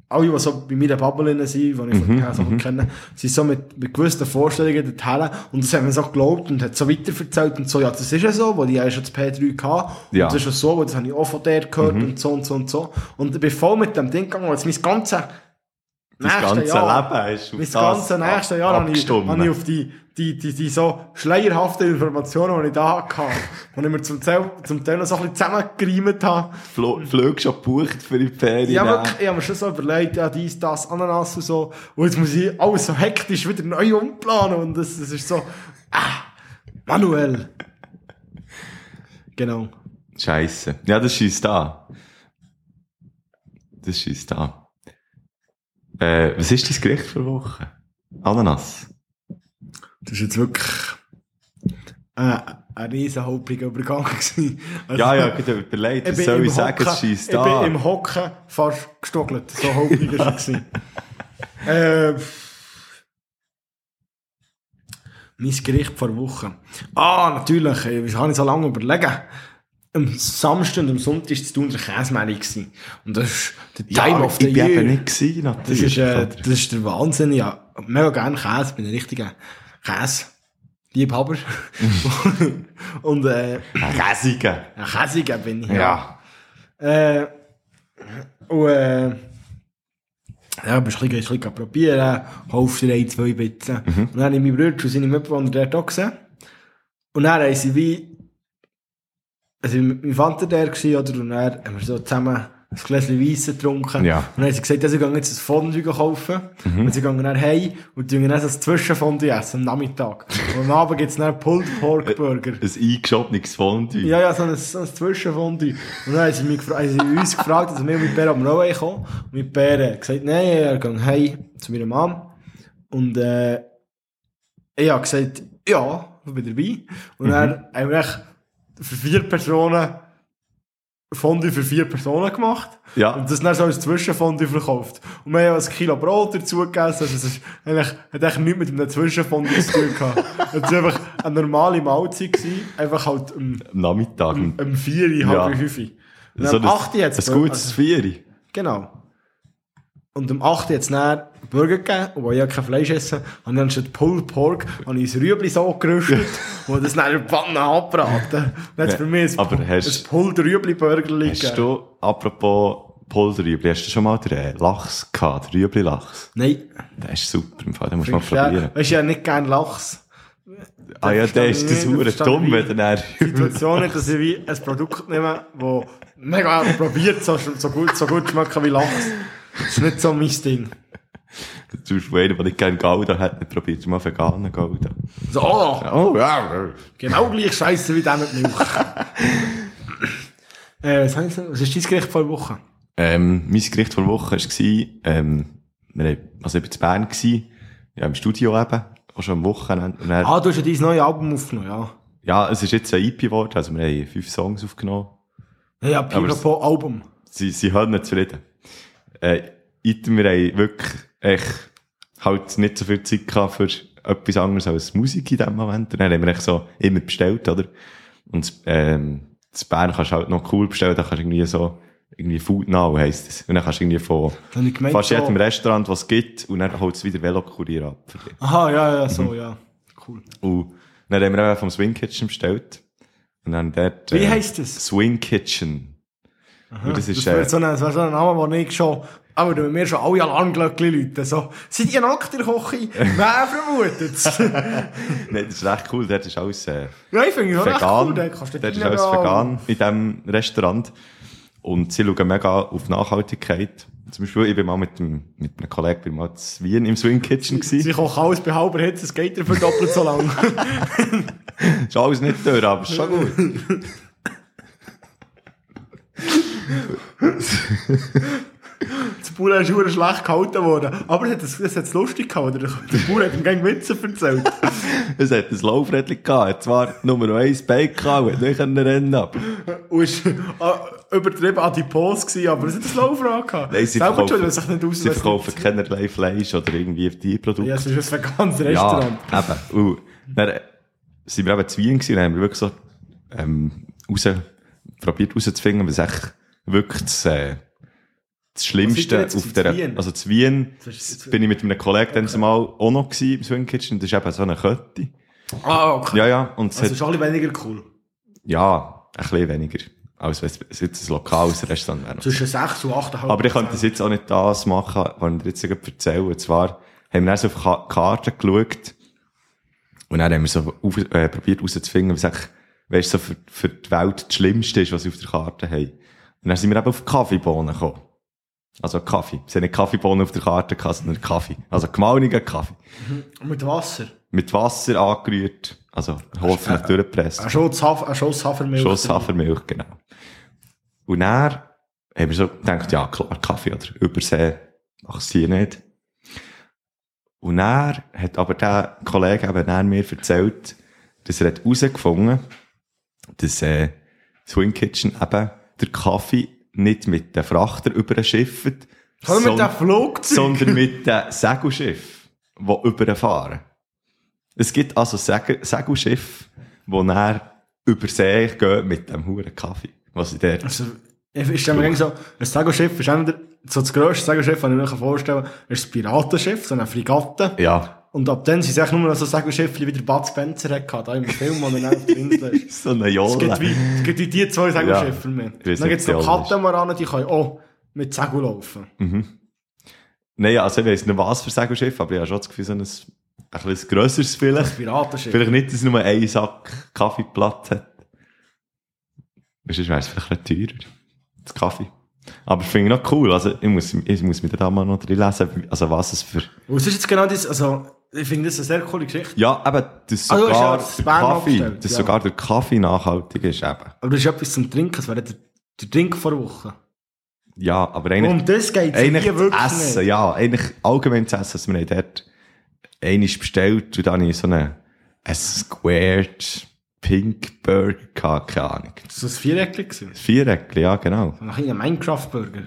Speaker 2: alle, die so bei mir in der Bubble drin sind, die ich von mhm, so kenne, sind so mit, mit gewissen Vorstellungen dorthin und das haben wir so geglaubt und hat so weiterverzählt und so, ja, das ist ja so, weil die haben schon das P3 gehabt und
Speaker 1: Ja. Mhm.
Speaker 2: das ist ja so, weil das habe ich auch von der gehört und so und so und so. Und ich bin voll mit dem Ding gegangen, weil es mein ganzes
Speaker 1: Das ganze Leben ist auf
Speaker 2: mein
Speaker 1: das
Speaker 2: ganze nächste Jahr habe ich,
Speaker 1: abgestimmt.
Speaker 2: habe ich auf die, die, die, die so schleierhaften Informationen, die ich da hatte, die ich mir zum Teil, zum Teil noch so ein bisschen zusammengereimt habe.
Speaker 1: Fl- Flüge schon gebucht für die Ferien.
Speaker 2: Ja, wirklich, ich habe mir schon so überlegt, ja, dies, das, Ananas und so. Und jetzt muss ich alles so hektisch wieder neu umplanen und das, das ist so, ah, manuell. Genau.
Speaker 1: Scheiße. Ja, das schießt da. Das schießt da. Äh, was ist dein Gericht für Woche? Ananas.
Speaker 2: Das ist jetzt wirklich, äh, ein riesen holpriger Übergang gewesen. Also-
Speaker 1: Ja, ja, gut, überlegt. Was soll ich sagen? Das schießt
Speaker 2: Ich bin
Speaker 1: da.
Speaker 2: im Hocken fast gestockelt. So holprig war es. äh, mein Gericht vor Wochen. Ah, natürlich. äh, Wieso habe ich so lange überlegen? Am Samstag und am Sonntag war zu tun der Käsemehl. gewesen. Und das ist der Dus, Time of the
Speaker 1: ich bin
Speaker 2: Year.
Speaker 1: eben nicht gewesen,
Speaker 2: Das
Speaker 1: natürlich.
Speaker 2: ist, äh,
Speaker 1: Vater.
Speaker 2: das ist der Wahnsinn. Ja, mega gerne Käse. Ich bin ein richtiger Käse-Liebhaber. und äh,
Speaker 1: Ein Käsiger.
Speaker 2: ein Käsiger bin ich.
Speaker 1: Ja.
Speaker 2: Äh, und, äh, ja, bist ein bisschen, ein bisschen probieren, holst dir ein, zwei Bitzen. Und dann habe ich meinen Bruder und seine Mitbewohner dort auch gesehen. Und dann haben sie wie, also mein Vater der gewesen, oder, und dann haben wir so zusammen ein Gläschen Weissen getrunken.
Speaker 1: Ja.
Speaker 2: Und dann haben sie gesagt, ja, sie gehen jetzt ein Fondue kaufen. Und sie gehen dann heim und tun dann so ein Zwischenfondue essen, am Nachmittag. Und am Abend gibt es dann Pulled Pork Burger.
Speaker 1: Ein eingeschobenes Fondue.
Speaker 2: Ja, ja, so ein, so ein Zwischenfondue. Und dann haben sie, mich gefra- haben sie uns gefragt, also wir mit Bär am Rowe kommen. Und mit Bär hat gesagt, nein, er geht heim zu meiner Mom. Und äh, ich habe gesagt, ja, ich bin dabei. Und dann haben wir echt für vier Personen Fondue für vier Personen dus gemacht.
Speaker 1: Ja.
Speaker 2: Und das dann so als Zwischenfondue verkauft. Und wir haben auch ein Kilo Brot dazu gegessen. Also es ist eigentlich, hat eigentlich nichts mit einem Zwischenfondue zu tun gehabt. Es war einfach eine normale Mahlzeit. Gewesen. Einfach halt um,
Speaker 1: Am Nachmittag.
Speaker 2: um 4 Uhr,
Speaker 1: Hm. Ja.
Speaker 2: halb 5 Uhr. Und
Speaker 1: So
Speaker 2: um 8 Uhr hat's
Speaker 1: ein gutes Vieri.
Speaker 2: Genau. Und um 8 Uhr hat es dann Burger gegeben, und weil ich ja kein Fleisch esse, habe ich anstatt Pulled Pork habe ich ein Rüebli so gerüstet und das dann in der Pfanne abbraten. Und jetzt für mich ein,
Speaker 1: Aber hast-
Speaker 2: ein Pulled Rüebli-Burger
Speaker 1: Hast
Speaker 2: liegen.
Speaker 1: du, apropos Polderübli, hast du schon mal den äh, Lachs gehabt, den Rüebli-Lachs?
Speaker 2: Nein,
Speaker 1: Der ist super, im Fall, den musst du mal
Speaker 2: findest du ja,
Speaker 1: probieren.
Speaker 2: weißt du, ja nicht gerne Lachs.
Speaker 1: Ah ja,
Speaker 2: verstehe
Speaker 1: der ist
Speaker 2: ich
Speaker 1: das
Speaker 2: nicht,
Speaker 1: hure
Speaker 2: verstehe ich
Speaker 1: dumm, wenn
Speaker 2: nicht.
Speaker 1: der
Speaker 2: Situationen, dass ich wie ein Produkt nehme, das mega probiert, so, so, gut, so gut schmecken wie Lachs. Das ist nicht so mein Ding.
Speaker 1: Zum Beispiel einer, der ich gerne Gouda hätte, probiert mal veganen Gouda.
Speaker 2: So, oh,
Speaker 1: Oh, ja.
Speaker 2: Genau gleich scheiße wie der mit Milch. äh, was, hab ich so- was ist dein Gericht vor Woche?
Speaker 1: Ähm, mein Gericht vor Woche war, ähm, wir haben, also ich war in Bern, gewesen, ja, im Studio eben, auch schon am Wochenende. Und dann,
Speaker 2: Ah, du hast ja dein neues Album aufgenommen, ja.
Speaker 1: Ja, es ist jetzt ein EP E geworden, also wir haben fünf Songs aufgenommen.
Speaker 2: Ja, Ja,
Speaker 1: Aber es-
Speaker 2: Pipapo Album.
Speaker 1: sie, sie hören nicht zufrieden. Äh, item, wir haben wirklich echt halt nicht so viel Zeit gehabt für etwas anderes als Musik in dem Moment. Und dann haben wir echt so immer bestellt, oder? Und das, ähm, das Bern kannst du halt noch cool bestellen, da kannst du irgendwie so, irgendwie Food Now heisst es. Und dann kannst du irgendwie von
Speaker 2: Das hab ich gemeint,
Speaker 1: fast
Speaker 2: so.
Speaker 1: jedem Restaurant, was es gibt, und dann holt es wieder Velokurier ab. Für dich.
Speaker 2: Aha, ja, ja, so, ja. Cool.
Speaker 1: Und dann haben wir auch vom Swing Kitchen bestellt. Und dann dort, äh,
Speaker 2: Wie heisst das?
Speaker 1: Swing Kitchen. Und das ist,
Speaker 2: das,
Speaker 1: äh,
Speaker 2: wäre so ein, das wäre so ein Name, den ich schon, aber du mir schon alle Alarmglöckchen läuten. So, seid ihr nackt in der Küche? Wer vermutet's?
Speaker 1: Nein, das ist recht cool. Dort ist alles äh,
Speaker 2: ja, ich finde es auch echt
Speaker 1: vegan.
Speaker 2: cool. dann kannst du
Speaker 1: Dort ist
Speaker 2: deinen
Speaker 1: alles
Speaker 2: da-
Speaker 1: vegan in diesem Restaurant. Und sie schauen mega auf Nachhaltigkeit. Zum Beispiel, ich bin mal mit, dem, mit einem Kollegen bin mal in Wien im Swing Kitchen.
Speaker 2: Sie
Speaker 1: Gewesen.
Speaker 2: kochen alles bei halber Hitze, es geht dir für doppelt so lang.
Speaker 1: Ist alles nicht durch, aber ist schon gut.
Speaker 2: Das Bauer ist verdammt schlecht gehalten worden. Aber es hat es, es hat's lustig gehabt, oder? Der Bauer hat ihm gerne Witze erzählt.
Speaker 1: Es hat ein Laufrädchen gehabt. Jetzt war Nummer 1 Bike gehabt. Hat nicht können rennen ab.
Speaker 2: Und ist äh, übertrieben adipos gewesen, aber es hat ein Laufrad gehabt.
Speaker 1: Nein, sie
Speaker 2: Selber schuld,
Speaker 1: verkaufen-
Speaker 2: wenn sich nicht aus.
Speaker 1: Sie verkaufen keinerlei Fleisch oder irgendwie Tierprodukte.
Speaker 2: Ja, es ist ein veganes
Speaker 1: Ja,
Speaker 2: Restaurant.
Speaker 1: eben. Uh, dann äh, sind wir eben zu Wien gewesen und haben wir wirklich so ähm, raus, probiert rauszufinden, was echt wirklich das, äh, das
Speaker 2: seid ihr
Speaker 1: Schlimmste
Speaker 2: jetzt
Speaker 1: auf
Speaker 2: zu
Speaker 1: der...
Speaker 2: Wien?
Speaker 1: Also zu Wien
Speaker 2: Das ist-
Speaker 1: bin ich mit einem Kollegen okay. dann mal auch noch gewesen, im Swing Kitchen. Das ist eben so eine Kette.
Speaker 2: Ah, okay.
Speaker 1: Ja, ja. Und es
Speaker 2: Also
Speaker 1: hat,
Speaker 2: ist alle weniger cool.
Speaker 1: ja, ein bisschen weniger, als wenn es jetzt ein lokales Restaurant wäre.
Speaker 2: Zwischen 6 und 8,5.
Speaker 1: Aber ich könnte das jetzt auch nicht das machen, was ich dir jetzt gerade erzähle. Und zwar haben wir dann so auf Ka- Karten geschaut und dann haben wir so auf, äh, probiert herauszufinden, was eigentlich, weißt, so für, für die Welt das Schlimmste ist, was sie auf der Karte haben. Und dann sind wir eben auf Kaffeebohnen gekommen. Also Kaffee. Sie haben nicht Kaffeebohnen auf der Karte gehabt, sondern Kaffee. Also gemahlenen Kaffee.
Speaker 2: Mit Wasser.
Speaker 1: Mit Wasser angerührt. Also hoffentlich durchgepresst.
Speaker 2: Ein Schuss, Haf ein Schuss Hafermilch.
Speaker 1: Schuss Hafermilch, genau. Und dann haben wir so gedacht, ja klar, Kaffee oder Übersee, mach es hier nicht. Und dann hat aber der Kollege eben dann mir erzählt, dass er hat herausgefunden hat, dass äh, Swing Kitchen eben der Kaffee nicht mit den Frachter überschifft,
Speaker 2: Sondern mit
Speaker 1: sondern-
Speaker 2: dem Flugzeug.
Speaker 1: sondern mit den Segelschiffen, die überfahren. Es gibt also Seg Segelschiffe, die dann über See gehen mit dem huren Kaffee. Was ich dort...
Speaker 2: Also, ich ich stelle mir irgendwie so, ein Segelschiff ist entweder so das grösste Segelschiff, das ich mir noch vorstellen kann, ist das Piratenschiff, so eine Fregatte.
Speaker 1: Ja,
Speaker 2: Und ab dann sind es eigentlich nur noch so Segelschiffe, wie der Bud Spencer hatte, da im Film, wo er dann auf der Insel ist.
Speaker 1: so eine
Speaker 2: Es gibt
Speaker 1: Jolle.
Speaker 2: wie, es gibt wie die zwei Segelschiffe mehr.
Speaker 1: weiß
Speaker 2: Dann
Speaker 1: nicht,
Speaker 2: gibt es noch
Speaker 1: wie alt ist.
Speaker 2: Katamaranen, die können auch mit Segel laufen.
Speaker 1: Nein, also ich weiss nicht, was für Segelschiff, aber ich habe schon das Gefühl, so ein, ein bisschen grösseres vielleicht.
Speaker 2: Piratenschiff.
Speaker 1: Vielleicht nicht, dass es nur einen Sack Kaffeeplatz hat. Sonst wäre es vielleicht ein bisschen teurer, das Kaffee. Aber ich finde ich noch cool, also ich muss, ich muss mir da mal noch drin lesen, also was es für...
Speaker 2: Und es ist jetzt genau das, also, ich finde das eine sehr coole Geschichte.
Speaker 1: Ja, eben, das
Speaker 2: Ah, du hast ja
Speaker 1: sogar
Speaker 2: das
Speaker 1: der
Speaker 2: Bern
Speaker 1: Kaffee,
Speaker 2: abgestellt,
Speaker 1: dass
Speaker 2: ja.
Speaker 1: sogar der Kaffee nachhaltig ist eben.
Speaker 2: Aber das ist etwas zum Trinken, das wäre der, der Drink vor der Woche.
Speaker 1: Ja, aber eigentlich,
Speaker 2: Um das geht es
Speaker 1: eigentlich
Speaker 2: hier wirklich
Speaker 1: das Essen,
Speaker 2: nicht.
Speaker 1: ja, eigentlich allgemein das Essen, dass wir haben dort einiges bestellt und dann habe ich so einen, einen squared pink Burger gehabt, keine Ahnung.
Speaker 2: Das war ein Viereckchen. gewesen.
Speaker 1: Viereckli, ja, genau.
Speaker 2: Ein kleiner Minecraft-Burger.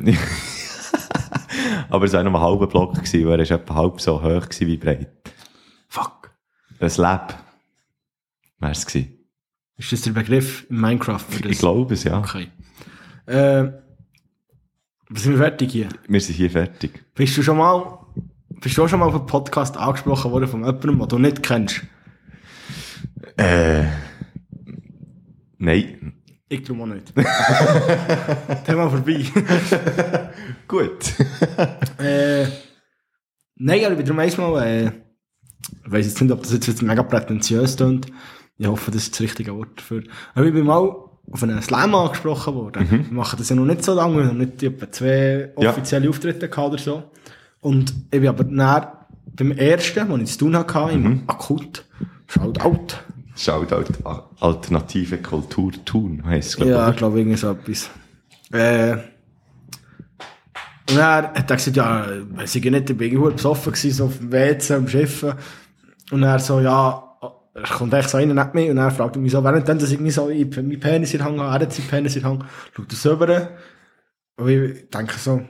Speaker 1: Aber es war noch ein halber Block, gewesen, weil er war etwa halb so hoch gewesen wie breit.
Speaker 2: Fuck.
Speaker 1: Ein Lab wäre es gewesen.
Speaker 2: Ist das der Begriff in Minecraft für das?
Speaker 1: Ich glaube es, ja.
Speaker 2: Okay. Äh, sind wir fertig hier?
Speaker 1: Wir sind hier fertig.
Speaker 2: Bist du schon mal, bist du auch schon mal auf einem Podcast angesprochen worden von jemandem, den du nicht kennst?
Speaker 1: Äh, nein.
Speaker 2: Ich glaube auch nicht. Thema vorbei.
Speaker 1: Gut.
Speaker 2: äh, nein, aber ich bin darum einmal, äh, ich weiss jetzt nicht, ob das jetzt, jetzt mega prätentiös klingt. Ich hoffe, das ist das richtige Wort dafür. Aber ich bin mal auf einen Slam angesprochen worden. Wir machen das ja noch nicht so lange, wir haben nicht etwa zwei
Speaker 1: Ja.
Speaker 2: offizielle Auftritte gehabt oder so. Und ich bin aber nachher beim ersten, den ich zu tun hatte, im Akut, Shoutout.
Speaker 1: Shoutout A- Alternative Kultur tun, heisst es, glaube
Speaker 2: Ja,
Speaker 1: ja.
Speaker 2: ich glaube, irgendwie so etwas. Äh, und dann hat er gesagt, ja, weiß ich nicht, ich bin irgendwo halt besoffen gewesen, so auf dem WC, am Schiffen. Und er so, ja, er kommt echt so einer nicht mehr und er fragt mich so, während dann, dass ich mich so, ich meinen Penis in den Hang habe, er hat seinen Penis in den Hang, schaut das rüber. Und ich denke so,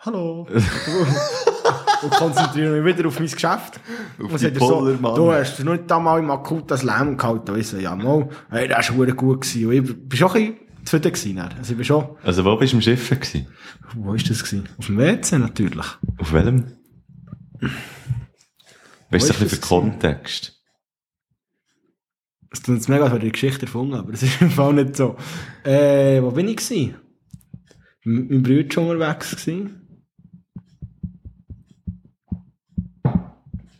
Speaker 2: hallo. und konzentriere mich wieder auf mein Geschäft.
Speaker 1: Auf
Speaker 2: Und
Speaker 1: die
Speaker 2: sagt er so,
Speaker 1: Pullermann.
Speaker 2: du hast du nicht damals im Akut das Lärm gehalten. Und ich so, ja, mal, hey, das war verdammt gut. Gewesen. Und ich war schon ein bisschen zufrieden. gewesen dann. Also ich bin schon,
Speaker 1: Also, wo bist du im Schiffen? Gewesen?
Speaker 2: wo ist das? Gewesen? Auf dem WC natürlich.
Speaker 1: Auf welchem? Weißt du,
Speaker 2: ist
Speaker 1: ein bisschen
Speaker 2: das
Speaker 1: für Kontext?
Speaker 2: Es tut jetzt mega, als hätte ich die Geschichte erfunden, aber es ist im Fall nicht so. Äh, wo bin ich gewesen? M- Mein Bruder war schon unterwegs. Gewesen.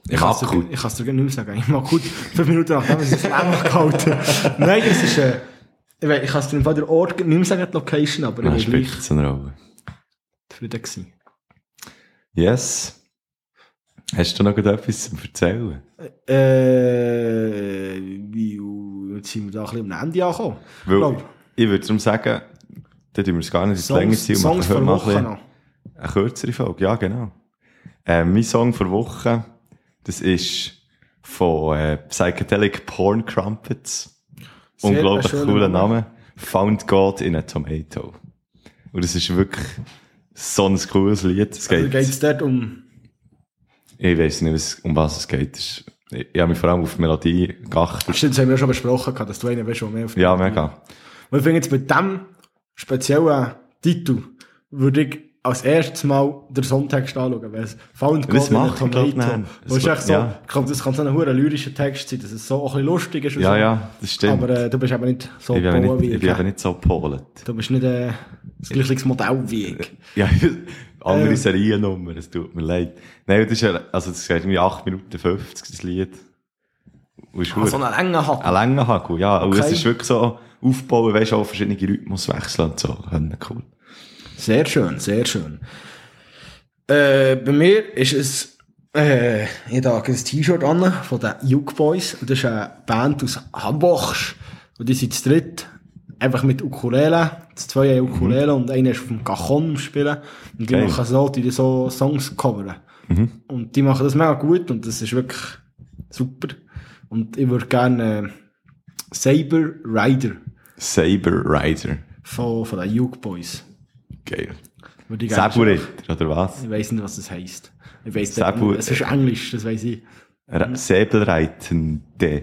Speaker 1: Ich
Speaker 2: kann's dir-
Speaker 1: Akku.
Speaker 2: Ich kann es dir gar nicht mehr sagen. Ich mache gut fünf Minuten nachdem ich das Lärm gehalten habe. Nein, es ist, äh, ich, weiss, ich kann es dir im Fall der Ort nicht mehr sagen, die Location, aber
Speaker 1: Nein,
Speaker 2: ich war
Speaker 1: spielt
Speaker 2: gleich
Speaker 1: es eine Rolle.
Speaker 2: zufrieden. Gewesen.
Speaker 1: Yes. Hast du noch etwas zu erzählen?
Speaker 2: Äh, wie- jetzt sind wir da ein bisschen am Ende angekommen.
Speaker 1: Weil
Speaker 2: Glaub,
Speaker 1: ich würde darum sagen, dann tun wir es gar nicht ins Länge
Speaker 2: Songs,
Speaker 1: ziehen und
Speaker 2: Songs
Speaker 1: machen
Speaker 2: vor
Speaker 1: heute
Speaker 2: Woche
Speaker 1: mal
Speaker 2: noch.
Speaker 1: ein Eine kürzere Folge, ja, genau. Äh, mein Song vor Woche, das ist von äh, Psychedelic Porn Crumpets.
Speaker 2: Sehr
Speaker 1: Unglaublich
Speaker 2: schöner
Speaker 1: cooler
Speaker 2: Name.
Speaker 1: Name. Found God in a Tomato. Und es ist wirklich so ein cooles Lied. Es
Speaker 2: Also
Speaker 1: geht,
Speaker 2: geht es dort um.
Speaker 1: ich weiß nicht, was- um was es geht. Es ist- Ich, ich habe mich vor allem auf die Melodie geachtet.
Speaker 2: Stimmt, das haben wir schon besprochen, gehabt, dass du einen bist, schon mehr auf
Speaker 1: Ja, mega.
Speaker 2: Und ich finde jetzt mit diesem speziellen Titel würde ich als erstes Mal den Songtext anschauen, weil es Found
Speaker 1: Das
Speaker 2: God in a
Speaker 1: macht, ich glaub, nein.
Speaker 2: Wo es
Speaker 1: Das-
Speaker 2: echt so,
Speaker 1: ja.
Speaker 2: ich glaub, das kann so ein hoher lyrischer Text sein, dass es so auch ein bisschen lustig ist. und
Speaker 1: Ja,
Speaker 2: so.
Speaker 1: ja, das stimmt.
Speaker 2: Aber äh, du bist eben nicht so
Speaker 1: ich bin,
Speaker 2: Bauer
Speaker 1: aber nicht,
Speaker 2: wie
Speaker 1: ich
Speaker 2: ich.
Speaker 1: bin aber nicht so polet.
Speaker 2: Du bist nicht äh, das gleiche Modell wie ich.
Speaker 1: Ja, andere
Speaker 2: Ähm.
Speaker 1: Seriennummer, es tut mir leid. Nein, das ist ja, also das geht irgendwie 8 Minuten 50, das Lied. Und ist
Speaker 2: Ah, so
Speaker 1: gut.
Speaker 2: einen langen Hack.
Speaker 1: Ein langer Haku, ja. Und es
Speaker 2: Okay.
Speaker 1: ist wirklich so aufbauen, weißt du, auch verschiedene Rhythmus wechseln und so. Hörn, Cool.
Speaker 2: Sehr schön, sehr schön. Äh, bei mir ist es, äh, ich trage ein T-Shirt an von den Juke Boys. Und Das ist eine Band aus Hamburg. Und die sind zu dritt. Einfach mit Ukulele. Das zwei haben Ukulele und einer ist auf dem Cajon am Spielen. Und die
Speaker 1: Geil.
Speaker 2: machen so, die so Songs covern. Und die machen das mega gut und das ist wirklich super. Und ich würde gerne äh, Saber Rider
Speaker 1: Saber Rider.
Speaker 2: von, von den Juke Boys.
Speaker 1: Geil.
Speaker 2: Würde ich gerne-
Speaker 1: Saburiter, oder was?
Speaker 2: Ich weiß nicht, was das heisst. Ich weiß
Speaker 1: Sehr
Speaker 2: nicht.
Speaker 1: gut.
Speaker 2: Es ist Englisch, das weiß ich.
Speaker 1: Ra- Säbelreitender.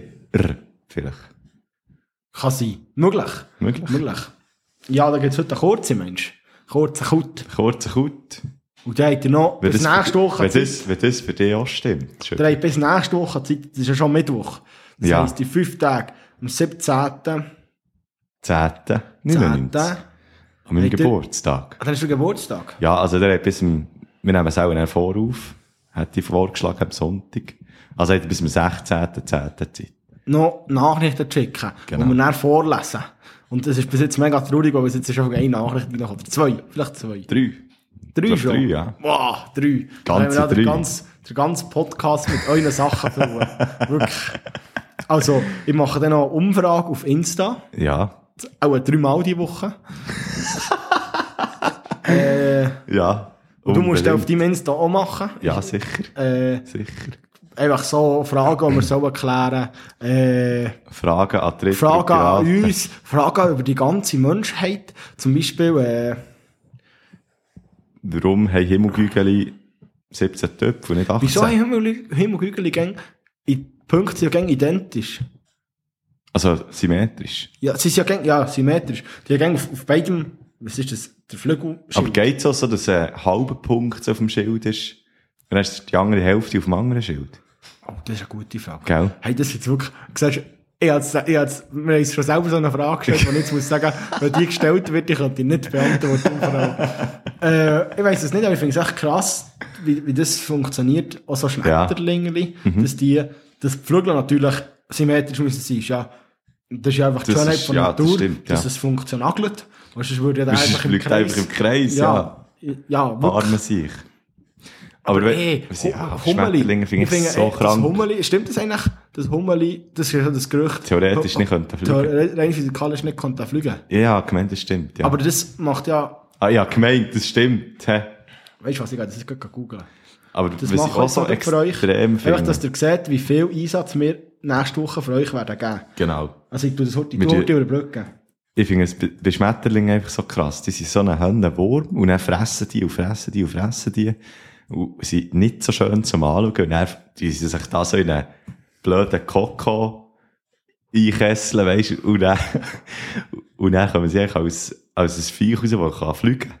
Speaker 1: Vielleicht.
Speaker 2: Kann sein. Möglich.
Speaker 1: Möglich.
Speaker 2: Möglich. Ja, da gibt es heute einen kurzen Mensch. Kurzen Kut.
Speaker 1: Kurzer Kut.
Speaker 2: Und der hat ja noch
Speaker 1: Wenn
Speaker 2: bis
Speaker 1: das-
Speaker 2: nächste Woche
Speaker 1: Wenn
Speaker 2: Zeit.
Speaker 1: das, wenn das für dich auch stimmt. Schön.
Speaker 2: Der hat bis nächste Woche Zeit. Das ist ja schon Mittwoch. Das
Speaker 1: Ja.
Speaker 2: heisst, die fünf Tage. Am 17.
Speaker 1: 10.
Speaker 2: 10.
Speaker 1: 99. An meinem
Speaker 2: Hat er-
Speaker 1: Geburtstag.
Speaker 2: Ah, Dann ist der Geburtstag.
Speaker 1: Ja, also der hat bis zum, wir nehmen es auch in einem Vorauf, hat die vorgeschlagen am Sonntag. Also hat er bis zum 16.10. Zeit.
Speaker 2: Noch Nachrichten schicken.
Speaker 1: Genau.
Speaker 2: Und wir dann vorlesen. Und das ist bis jetzt mega traurig, weil bis jetzt ist schon eine Nachricht noch oder zwei. Vielleicht zwei.
Speaker 1: Drei. Ich
Speaker 2: Drei
Speaker 1: glaub,
Speaker 2: schon?
Speaker 1: drei, ja.
Speaker 2: Wow, drei. Dann
Speaker 1: Ganze
Speaker 2: haben
Speaker 1: drei.
Speaker 2: wir ja Den ganzen, den ganzen Podcast mit euren Sachen füllen. Wirklich. Also, ich mache dann noch eine Umfrage auf Insta.
Speaker 1: Ja.
Speaker 2: Auch dreimal die Woche. äh,
Speaker 1: Ja.
Speaker 2: und du musst dann auf
Speaker 1: unbedingt.
Speaker 2: deinem Insta auch machen.
Speaker 1: Ja, sicher.
Speaker 2: Äh,
Speaker 1: Sicher.
Speaker 2: einfach so Fragen, die wir so erklären. Äh,
Speaker 1: Fragen an Dritte.
Speaker 2: Fragen an uns, Fragen über die ganze Menschheit. Zum Beispiel, äh,
Speaker 1: Warum haben Himmelgügeli 17 Töpfe und nicht 18?
Speaker 2: wieso haben Himmel- Himmelhügel gang- die Punkte sind ja gang identisch?
Speaker 1: Also symmetrisch.
Speaker 2: Ja, sie sind ja, gäng- ja symmetrisch. Die haben gäng auf, auf beidem, was ist das, der Flügel?
Speaker 1: Aber geht es auch so, dass ein halber Punkt so auf dem Schild ist und dann ist die andere Hälfte auf dem anderen Schild?
Speaker 2: Oh, das ist eine gute Frage.
Speaker 1: Gell?
Speaker 2: Hey, das ist jetzt wirklich, siehst du, ich hat's, ich hat's, wir haben uns schon selber so eine Frage gestellt, und jetzt muss ich sagen, wenn die gestellt wird, ich kann die nicht beantworten. die Frage. äh, ich weiss es nicht, aber ich finde es echt krass, wie, wie das funktioniert, auch so Schmetterlinge,
Speaker 1: Mhm.
Speaker 2: dass die, dass die Flügel natürlich symmetrisch müssen sein, ist ja, das ist ja einfach die
Speaker 1: Das
Speaker 2: Schönheit
Speaker 1: ist-
Speaker 2: von
Speaker 1: ja, das
Speaker 2: Natur,
Speaker 1: stimmt,
Speaker 2: dass
Speaker 1: ja.
Speaker 2: es funktioniert. Weißt du, es würde ja dann
Speaker 1: Sonst
Speaker 2: einfach im
Speaker 1: fliegt
Speaker 2: Kreis.
Speaker 1: einfach im Kreis, ja.
Speaker 2: Ja, ja wirklich.
Speaker 1: Arme sich. Aber
Speaker 2: Ey,
Speaker 1: wenn, ja, Schmetterlinge finde ich,
Speaker 2: finde,
Speaker 1: so
Speaker 2: ey, Das
Speaker 1: krank.
Speaker 2: Hummeli, stimmt das eigentlich? Das Hummeli, das ist ja das Gerücht.
Speaker 1: Theoretisch nicht könnte fliegen.
Speaker 2: Theore- Rein physikalisch nicht konnte fliegen.
Speaker 1: Ja, ja, gemeint, das stimmt. Ja.
Speaker 2: Aber das macht ja,
Speaker 1: ah ja, gemeint, das stimmt. hä.
Speaker 2: weißt du was, ich gehe das ist gerade googeln.
Speaker 1: Aber
Speaker 2: Das
Speaker 1: was ich
Speaker 2: mache
Speaker 1: auch
Speaker 2: ich
Speaker 1: so
Speaker 2: so für euch.
Speaker 1: extrem
Speaker 2: Einfach,
Speaker 1: finde.
Speaker 2: dass ihr seht, wie viel Einsatz wir nächste Woche für euch werden geben.
Speaker 1: Genau.
Speaker 2: Also ich tue das heute, ich
Speaker 1: Mit
Speaker 2: tue heute
Speaker 1: dir-
Speaker 2: überbrücken.
Speaker 1: Ich finde es bei- bei Schmetterlingen einfach so krass. Die sind so ein Höllenwurm und dann fressen die und fressen die und fressen die und sind nicht so schön zum Anschauen. Und dann die sind sich da so in einen blöden Koko einkesseln, weisst du, und dann, und dann kommen sie eigentlich als, als ein Viech raus, das kann fliegen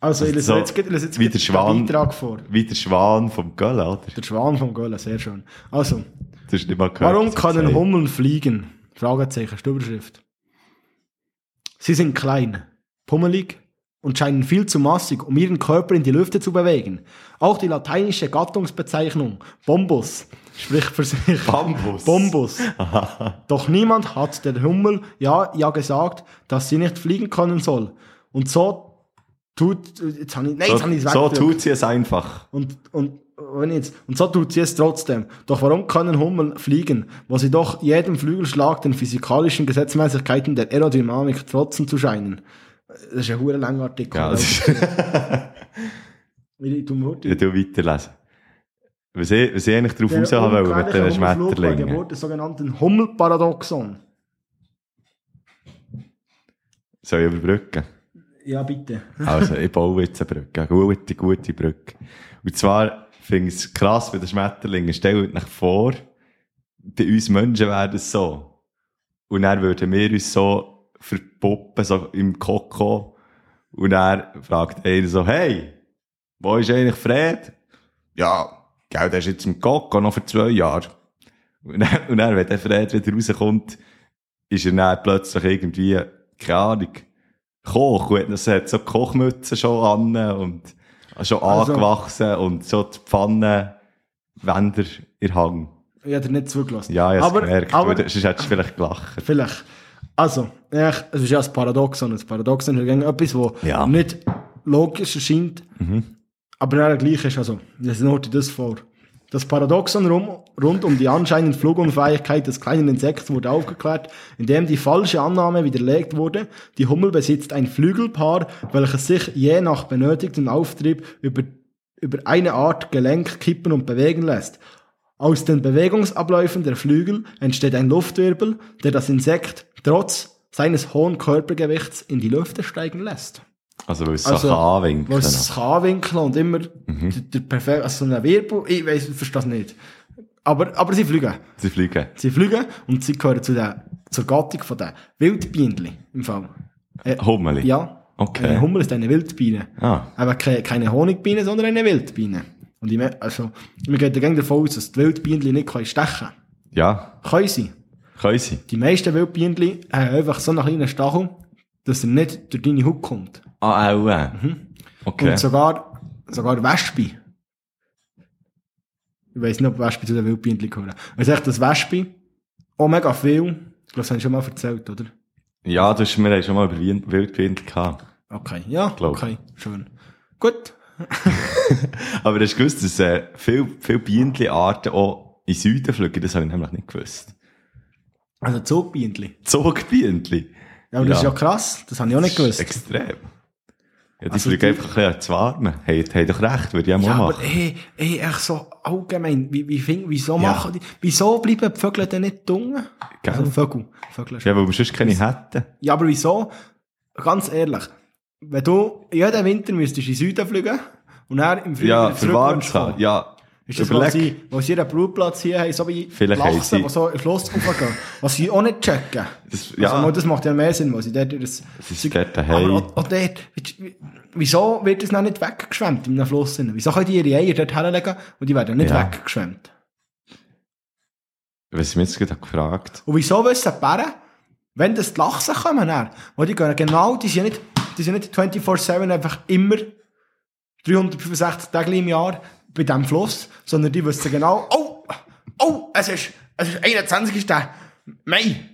Speaker 2: Also ich lese
Speaker 1: So,
Speaker 2: jetzt, gerade- ich lese jetzt
Speaker 1: wie
Speaker 2: gerade
Speaker 1: der Schwan.
Speaker 2: den Beitrag vor.
Speaker 1: Wie der Schwan vom Göllen, oder?
Speaker 2: Der Schwan von Göhlen, sehr schön. Also,
Speaker 1: Das ist nicht mal gehört.
Speaker 2: Warum
Speaker 1: was ich
Speaker 2: können
Speaker 1: gesagt habe.
Speaker 2: Hummeln fliegen? Fragezeichen, ist die Überschrift. Sie sind klein, pummelig und scheinen viel zu massig, um ihren Körper in die Lüfte zu bewegen. Auch die lateinische Gattungsbezeichnung Bombus spricht für sich.
Speaker 1: Bambus.
Speaker 2: Bombus. Doch niemand hat der Hummel ja, ja gesagt, dass sie nicht fliegen können soll. Und so tut. Jetzt habe ich, nein, jetzt habe ich es
Speaker 1: So, so
Speaker 2: weggedrückt.
Speaker 1: tut sie es einfach.
Speaker 2: Und, und, wenn jetzt, und so tut sie es trotzdem. Doch warum können Hummeln fliegen, wo sie doch jedem Flügelschlag den physikalischen Gesetzmäßigkeiten der Aerodynamik trotzen zu scheinen? Das ist ein hure langer Artikel.
Speaker 1: Ja, das ist
Speaker 2: Ich tu mir
Speaker 1: Ja, du weiterlesen. Was ich, was ich eigentlich drauf raus haben wollte mit den Schmetterlingen.
Speaker 2: Geburt des sogenannten Hummelparadoxon.
Speaker 1: Soll ich überbrücken?
Speaker 2: Ja, bitte.
Speaker 1: Also, ich baue jetzt eine Brücke, eine gute, gute Brücke. Und zwar finde ich es krass bei den Schmetterlingen. Stellt euch vor, bei uns Menschen wäre es so. Und dann würden wir uns so verpoppen, so im Koko. Und er fragt einer so, hey, wo ist eigentlich Fred? Ja, gell, der ist jetzt im Koko noch für zwei Jahre. Und dann, und dann wenn der Fred wieder rauskommt, ist er dann plötzlich irgendwie, keine Ahnung, Koch. Und das hat so die Kochmütze schon an und schon
Speaker 2: Also-
Speaker 1: angewachsen und so die Pfanne, Wender in Hang.
Speaker 2: Ich habe dir nicht zugelassen.
Speaker 1: Ja, ich habe
Speaker 2: aber,
Speaker 1: es gemerkt.
Speaker 2: aber
Speaker 1: Aber, sonst hättest du vielleicht gelacht.
Speaker 2: vielleicht. Also, echt, es ist ja ein Paradoxon. Ein Paradoxon ist gegen etwas, das
Speaker 1: Ja.
Speaker 2: nicht logisch erscheint,
Speaker 1: Mhm.
Speaker 2: aber dann gleich ist. Also, das nur dir das vor. Das Paradoxon rum, rund um die anscheinend Flugunfähigkeit des kleinen Insekts wurde aufgeklärt, indem die falsche Annahme widerlegt wurde, die Hummel besitzt ein Flügelpaar, welches sich je nach benötigtem Auftrieb über, über eine Art Gelenk kippen und bewegen lässt. Aus den Bewegungsabläufen der Flügel entsteht ein Luftwirbel, der das Insekt trotz seines hohen Körpergewichts in die Lüfte steigen lässt.
Speaker 1: Also, weil es
Speaker 2: Also,
Speaker 1: Sachen anwinken.
Speaker 2: Was es kann winkeln und immer der, der perfekte, also so ein Wirbel, ich weiß, ich verstehe es nicht. Aber, aber sie fliegen.
Speaker 1: Sie fliegen.
Speaker 2: Sie fliegen und sie gehören zu der, zur Gattung von den Wildbienen im Fall. Äh,
Speaker 1: Hummeli.
Speaker 2: ja. Äh,
Speaker 1: Okay.
Speaker 2: Eine Hummel ist eine Wildbiene.
Speaker 1: Ah.
Speaker 2: Aber keine, keine Honigbiene, sondern eine Wildbiene. Und ich, me- also, wir gehen dagegen davon aus, dass die Wildbienen nicht können stechen
Speaker 1: Ja,
Speaker 2: können. Können sie.
Speaker 1: können sie.
Speaker 2: Die meisten Wildbienen haben einfach so einen kleinen Stachel, dass er nicht durch deine Haut kommt.
Speaker 1: Ah, auch. äh. Okay.
Speaker 2: Mhm. Und sogar, sogar Wespe. Ich weiß nicht, ob Wespe zu den Wildbienen gehören. Also echt, das Wespe, auch mega viel. Ich glaube, das habe ich schon mal erzählt, oder?
Speaker 1: Ja, du hast, wir haben schon mal über Wild- Wildwindel gehabt.
Speaker 2: Okay, ja,
Speaker 1: Glaub.
Speaker 2: okay, schön. Gut.
Speaker 1: Aber hast du gewusst, dass äh, viele viel Bienenarten auch in den Süden fliegen? Das habe ich nämlich nicht gewusst.
Speaker 2: Also Zugbienen.
Speaker 1: Zugbienchen.
Speaker 2: Ja, aber das
Speaker 1: Ja.
Speaker 2: ist ja krass, das habe ich auch nicht
Speaker 1: Das ist
Speaker 2: gewusst.
Speaker 1: Extrem. Ja, die
Speaker 2: Also
Speaker 1: fliegen
Speaker 2: die-
Speaker 1: einfach ein bisschen zu warm. Hey, die haben doch recht, würde ich auch mal
Speaker 2: Ja, aber
Speaker 1: machen.
Speaker 2: ey, ey, echt so allgemein, wie, wie find, wieso
Speaker 1: Ja.
Speaker 2: machen die, wieso bleiben die Vögel denn nicht dungen?
Speaker 1: Gell?
Speaker 2: Also Vögel, Vögel.
Speaker 1: Ja, weil wir sonst keine hätten.
Speaker 2: Ja, aber wieso? Ganz ehrlich, wenn du jeden Winter müsstest in den Süden fliegen und dann im Frühjahr
Speaker 1: Ja,
Speaker 2: wieder
Speaker 1: für
Speaker 2: zurück
Speaker 1: warm
Speaker 2: würdest
Speaker 1: zu haben.
Speaker 2: kommen,
Speaker 1: Ja,
Speaker 2: Ist das, was
Speaker 1: überleg.
Speaker 2: sie, was sie ihren Brutplatz hier haben, so wie
Speaker 1: Vielleicht haben sie-
Speaker 2: Lachsen, die so in den Fluss runtergehen, was sie auch nicht checken.
Speaker 1: Das- ja.
Speaker 2: also, mal, das macht ja mehr Sinn, weil sie dort das...
Speaker 1: Es ist dort daheim.
Speaker 2: Aber auch, auch dort, weisst du, wieso wird das noch nicht weggeschwemmt in einem Fluss? drin? Wieso können die ihre Eier dort herlegen und die werden nicht
Speaker 1: Ja.
Speaker 2: weggeschwemmt?
Speaker 1: Was ich mich jetzt gerade gefragt
Speaker 2: Und wieso wissen die Bären, wenn das die Lachsen kommen, dann, wo die gehen genau, die sind ja nicht, die sind nicht 24-7 einfach immer 365 Tage im Jahr bei diesem Fluss, sondern die wissen genau, oh, oh, es ist, es ist 21. Mai.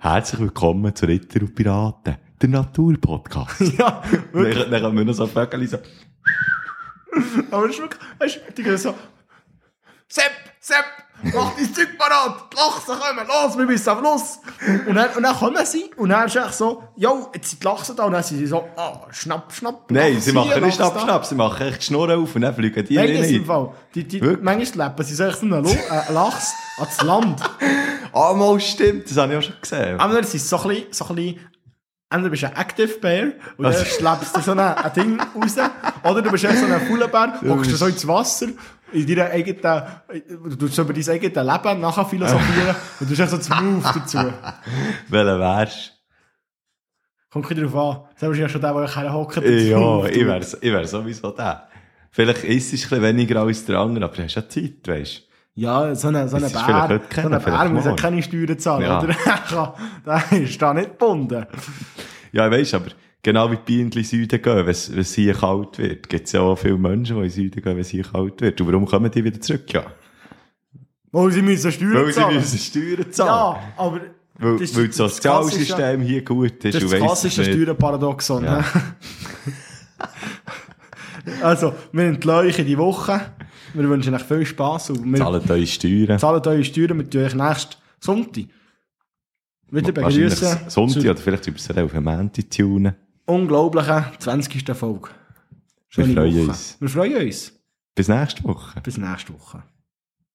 Speaker 1: Herzlich willkommen zu Ritter und Piraten, der Naturpodcast.
Speaker 2: Ja, wirklich.
Speaker 1: dann, dann können wir noch so Vögel so.
Speaker 2: Aber das ist wirklich, weißt du, die gehen so, Sepp, Sepp, mach dein Zeug parat, die Lachsen kommen, los, wir müssen am Fluss. Und dann, und dann kommen sie, und dann ist es echt so, jo, jetzt sind die Lachsen da, und dann sind sie so, ah, schnapp, schnapp.
Speaker 1: Nein,
Speaker 2: Lachs
Speaker 1: sie
Speaker 2: hier,
Speaker 1: machen nicht
Speaker 2: Lachs
Speaker 1: Schnapp,
Speaker 2: da.
Speaker 1: Schnapp, sie machen echt die Schnur auf und dann fliegen die
Speaker 2: Nein, das im
Speaker 1: rein.
Speaker 2: Fall. Die, die,
Speaker 1: Wirklich?
Speaker 2: manchmal schleppen sie so echt so einen Lo- äh, einen Lachs ans Land.
Speaker 1: Ah, mal stimmt, das habe ich auch schon gesehen.
Speaker 2: Entweder sind sie so ein bisschen, so ein bisschen entweder bist du ein Active Bear und dann
Speaker 1: Also-
Speaker 2: schleppst du so ein, ein Ding raus. Oder du bist echt so ein fauler Bär, hockst du so ins Wasser, in deiner eigenen, du tust so über dein eigenes Leben nachher philosophieren und du hast echt so das Move dazu.
Speaker 1: Welcher wärst
Speaker 2: Kommt ein drauf an. Selbst ja schon der, der euch hocken
Speaker 1: du? Ja, ich wäre ich wär sowieso der. Vielleicht isst es ein bisschen weniger als der andere, aber du hast ja Zeit, weißt du.
Speaker 2: Ja, so ein so eine
Speaker 1: ist vielleicht
Speaker 2: Bär,
Speaker 1: heute
Speaker 2: so
Speaker 1: kennen,
Speaker 2: eine Bär
Speaker 1: vielleicht
Speaker 2: muss ja
Speaker 1: morgen.
Speaker 2: keine Steuern zahlen,
Speaker 1: Ja.
Speaker 2: oder? der ist da nicht gebunden.
Speaker 1: Ja, weißt du, aber genau wie die Bienen in den Süden gehen, wenn es wenn es hier kalt wird, gibt es ja auch viele Menschen, die in den Süden gehen, wenn es hier kalt wird. Und warum kommen die wieder zurück? Ja,
Speaker 2: Weil sie müssen Steuern
Speaker 1: weil sie
Speaker 2: zahlen.
Speaker 1: müssen Steuern zahlen.
Speaker 2: Ja, aber...
Speaker 1: Weil
Speaker 2: das
Speaker 1: das,
Speaker 2: ist-
Speaker 1: weil das
Speaker 2: das klassische-
Speaker 1: Sozialsystem hier gut ist.
Speaker 2: Das ist
Speaker 1: du
Speaker 2: das
Speaker 1: weisst es
Speaker 2: klassische
Speaker 1: nicht.
Speaker 2: Steuerparadoxon.
Speaker 1: Ja.
Speaker 2: ne? also, wir entleuchen die Woche. Wir wünschen euch viel Spass und wir
Speaker 1: Zahlt eure Steuern.
Speaker 2: zahlen eure Steuern. Wir tun euch nächsten Sonntag wieder
Speaker 1: Wahrscheinlich
Speaker 2: begrüßen
Speaker 1: Sonntag
Speaker 2: zur
Speaker 1: oder vielleicht über das auf den Mänti tunen.
Speaker 2: unglaublichen 20. Folge. Wir
Speaker 1: Schöne
Speaker 2: freuen
Speaker 1: Woche.
Speaker 2: uns.
Speaker 1: Wir freuen uns.
Speaker 2: Bis nächste Woche.
Speaker 1: Bis nächste Woche.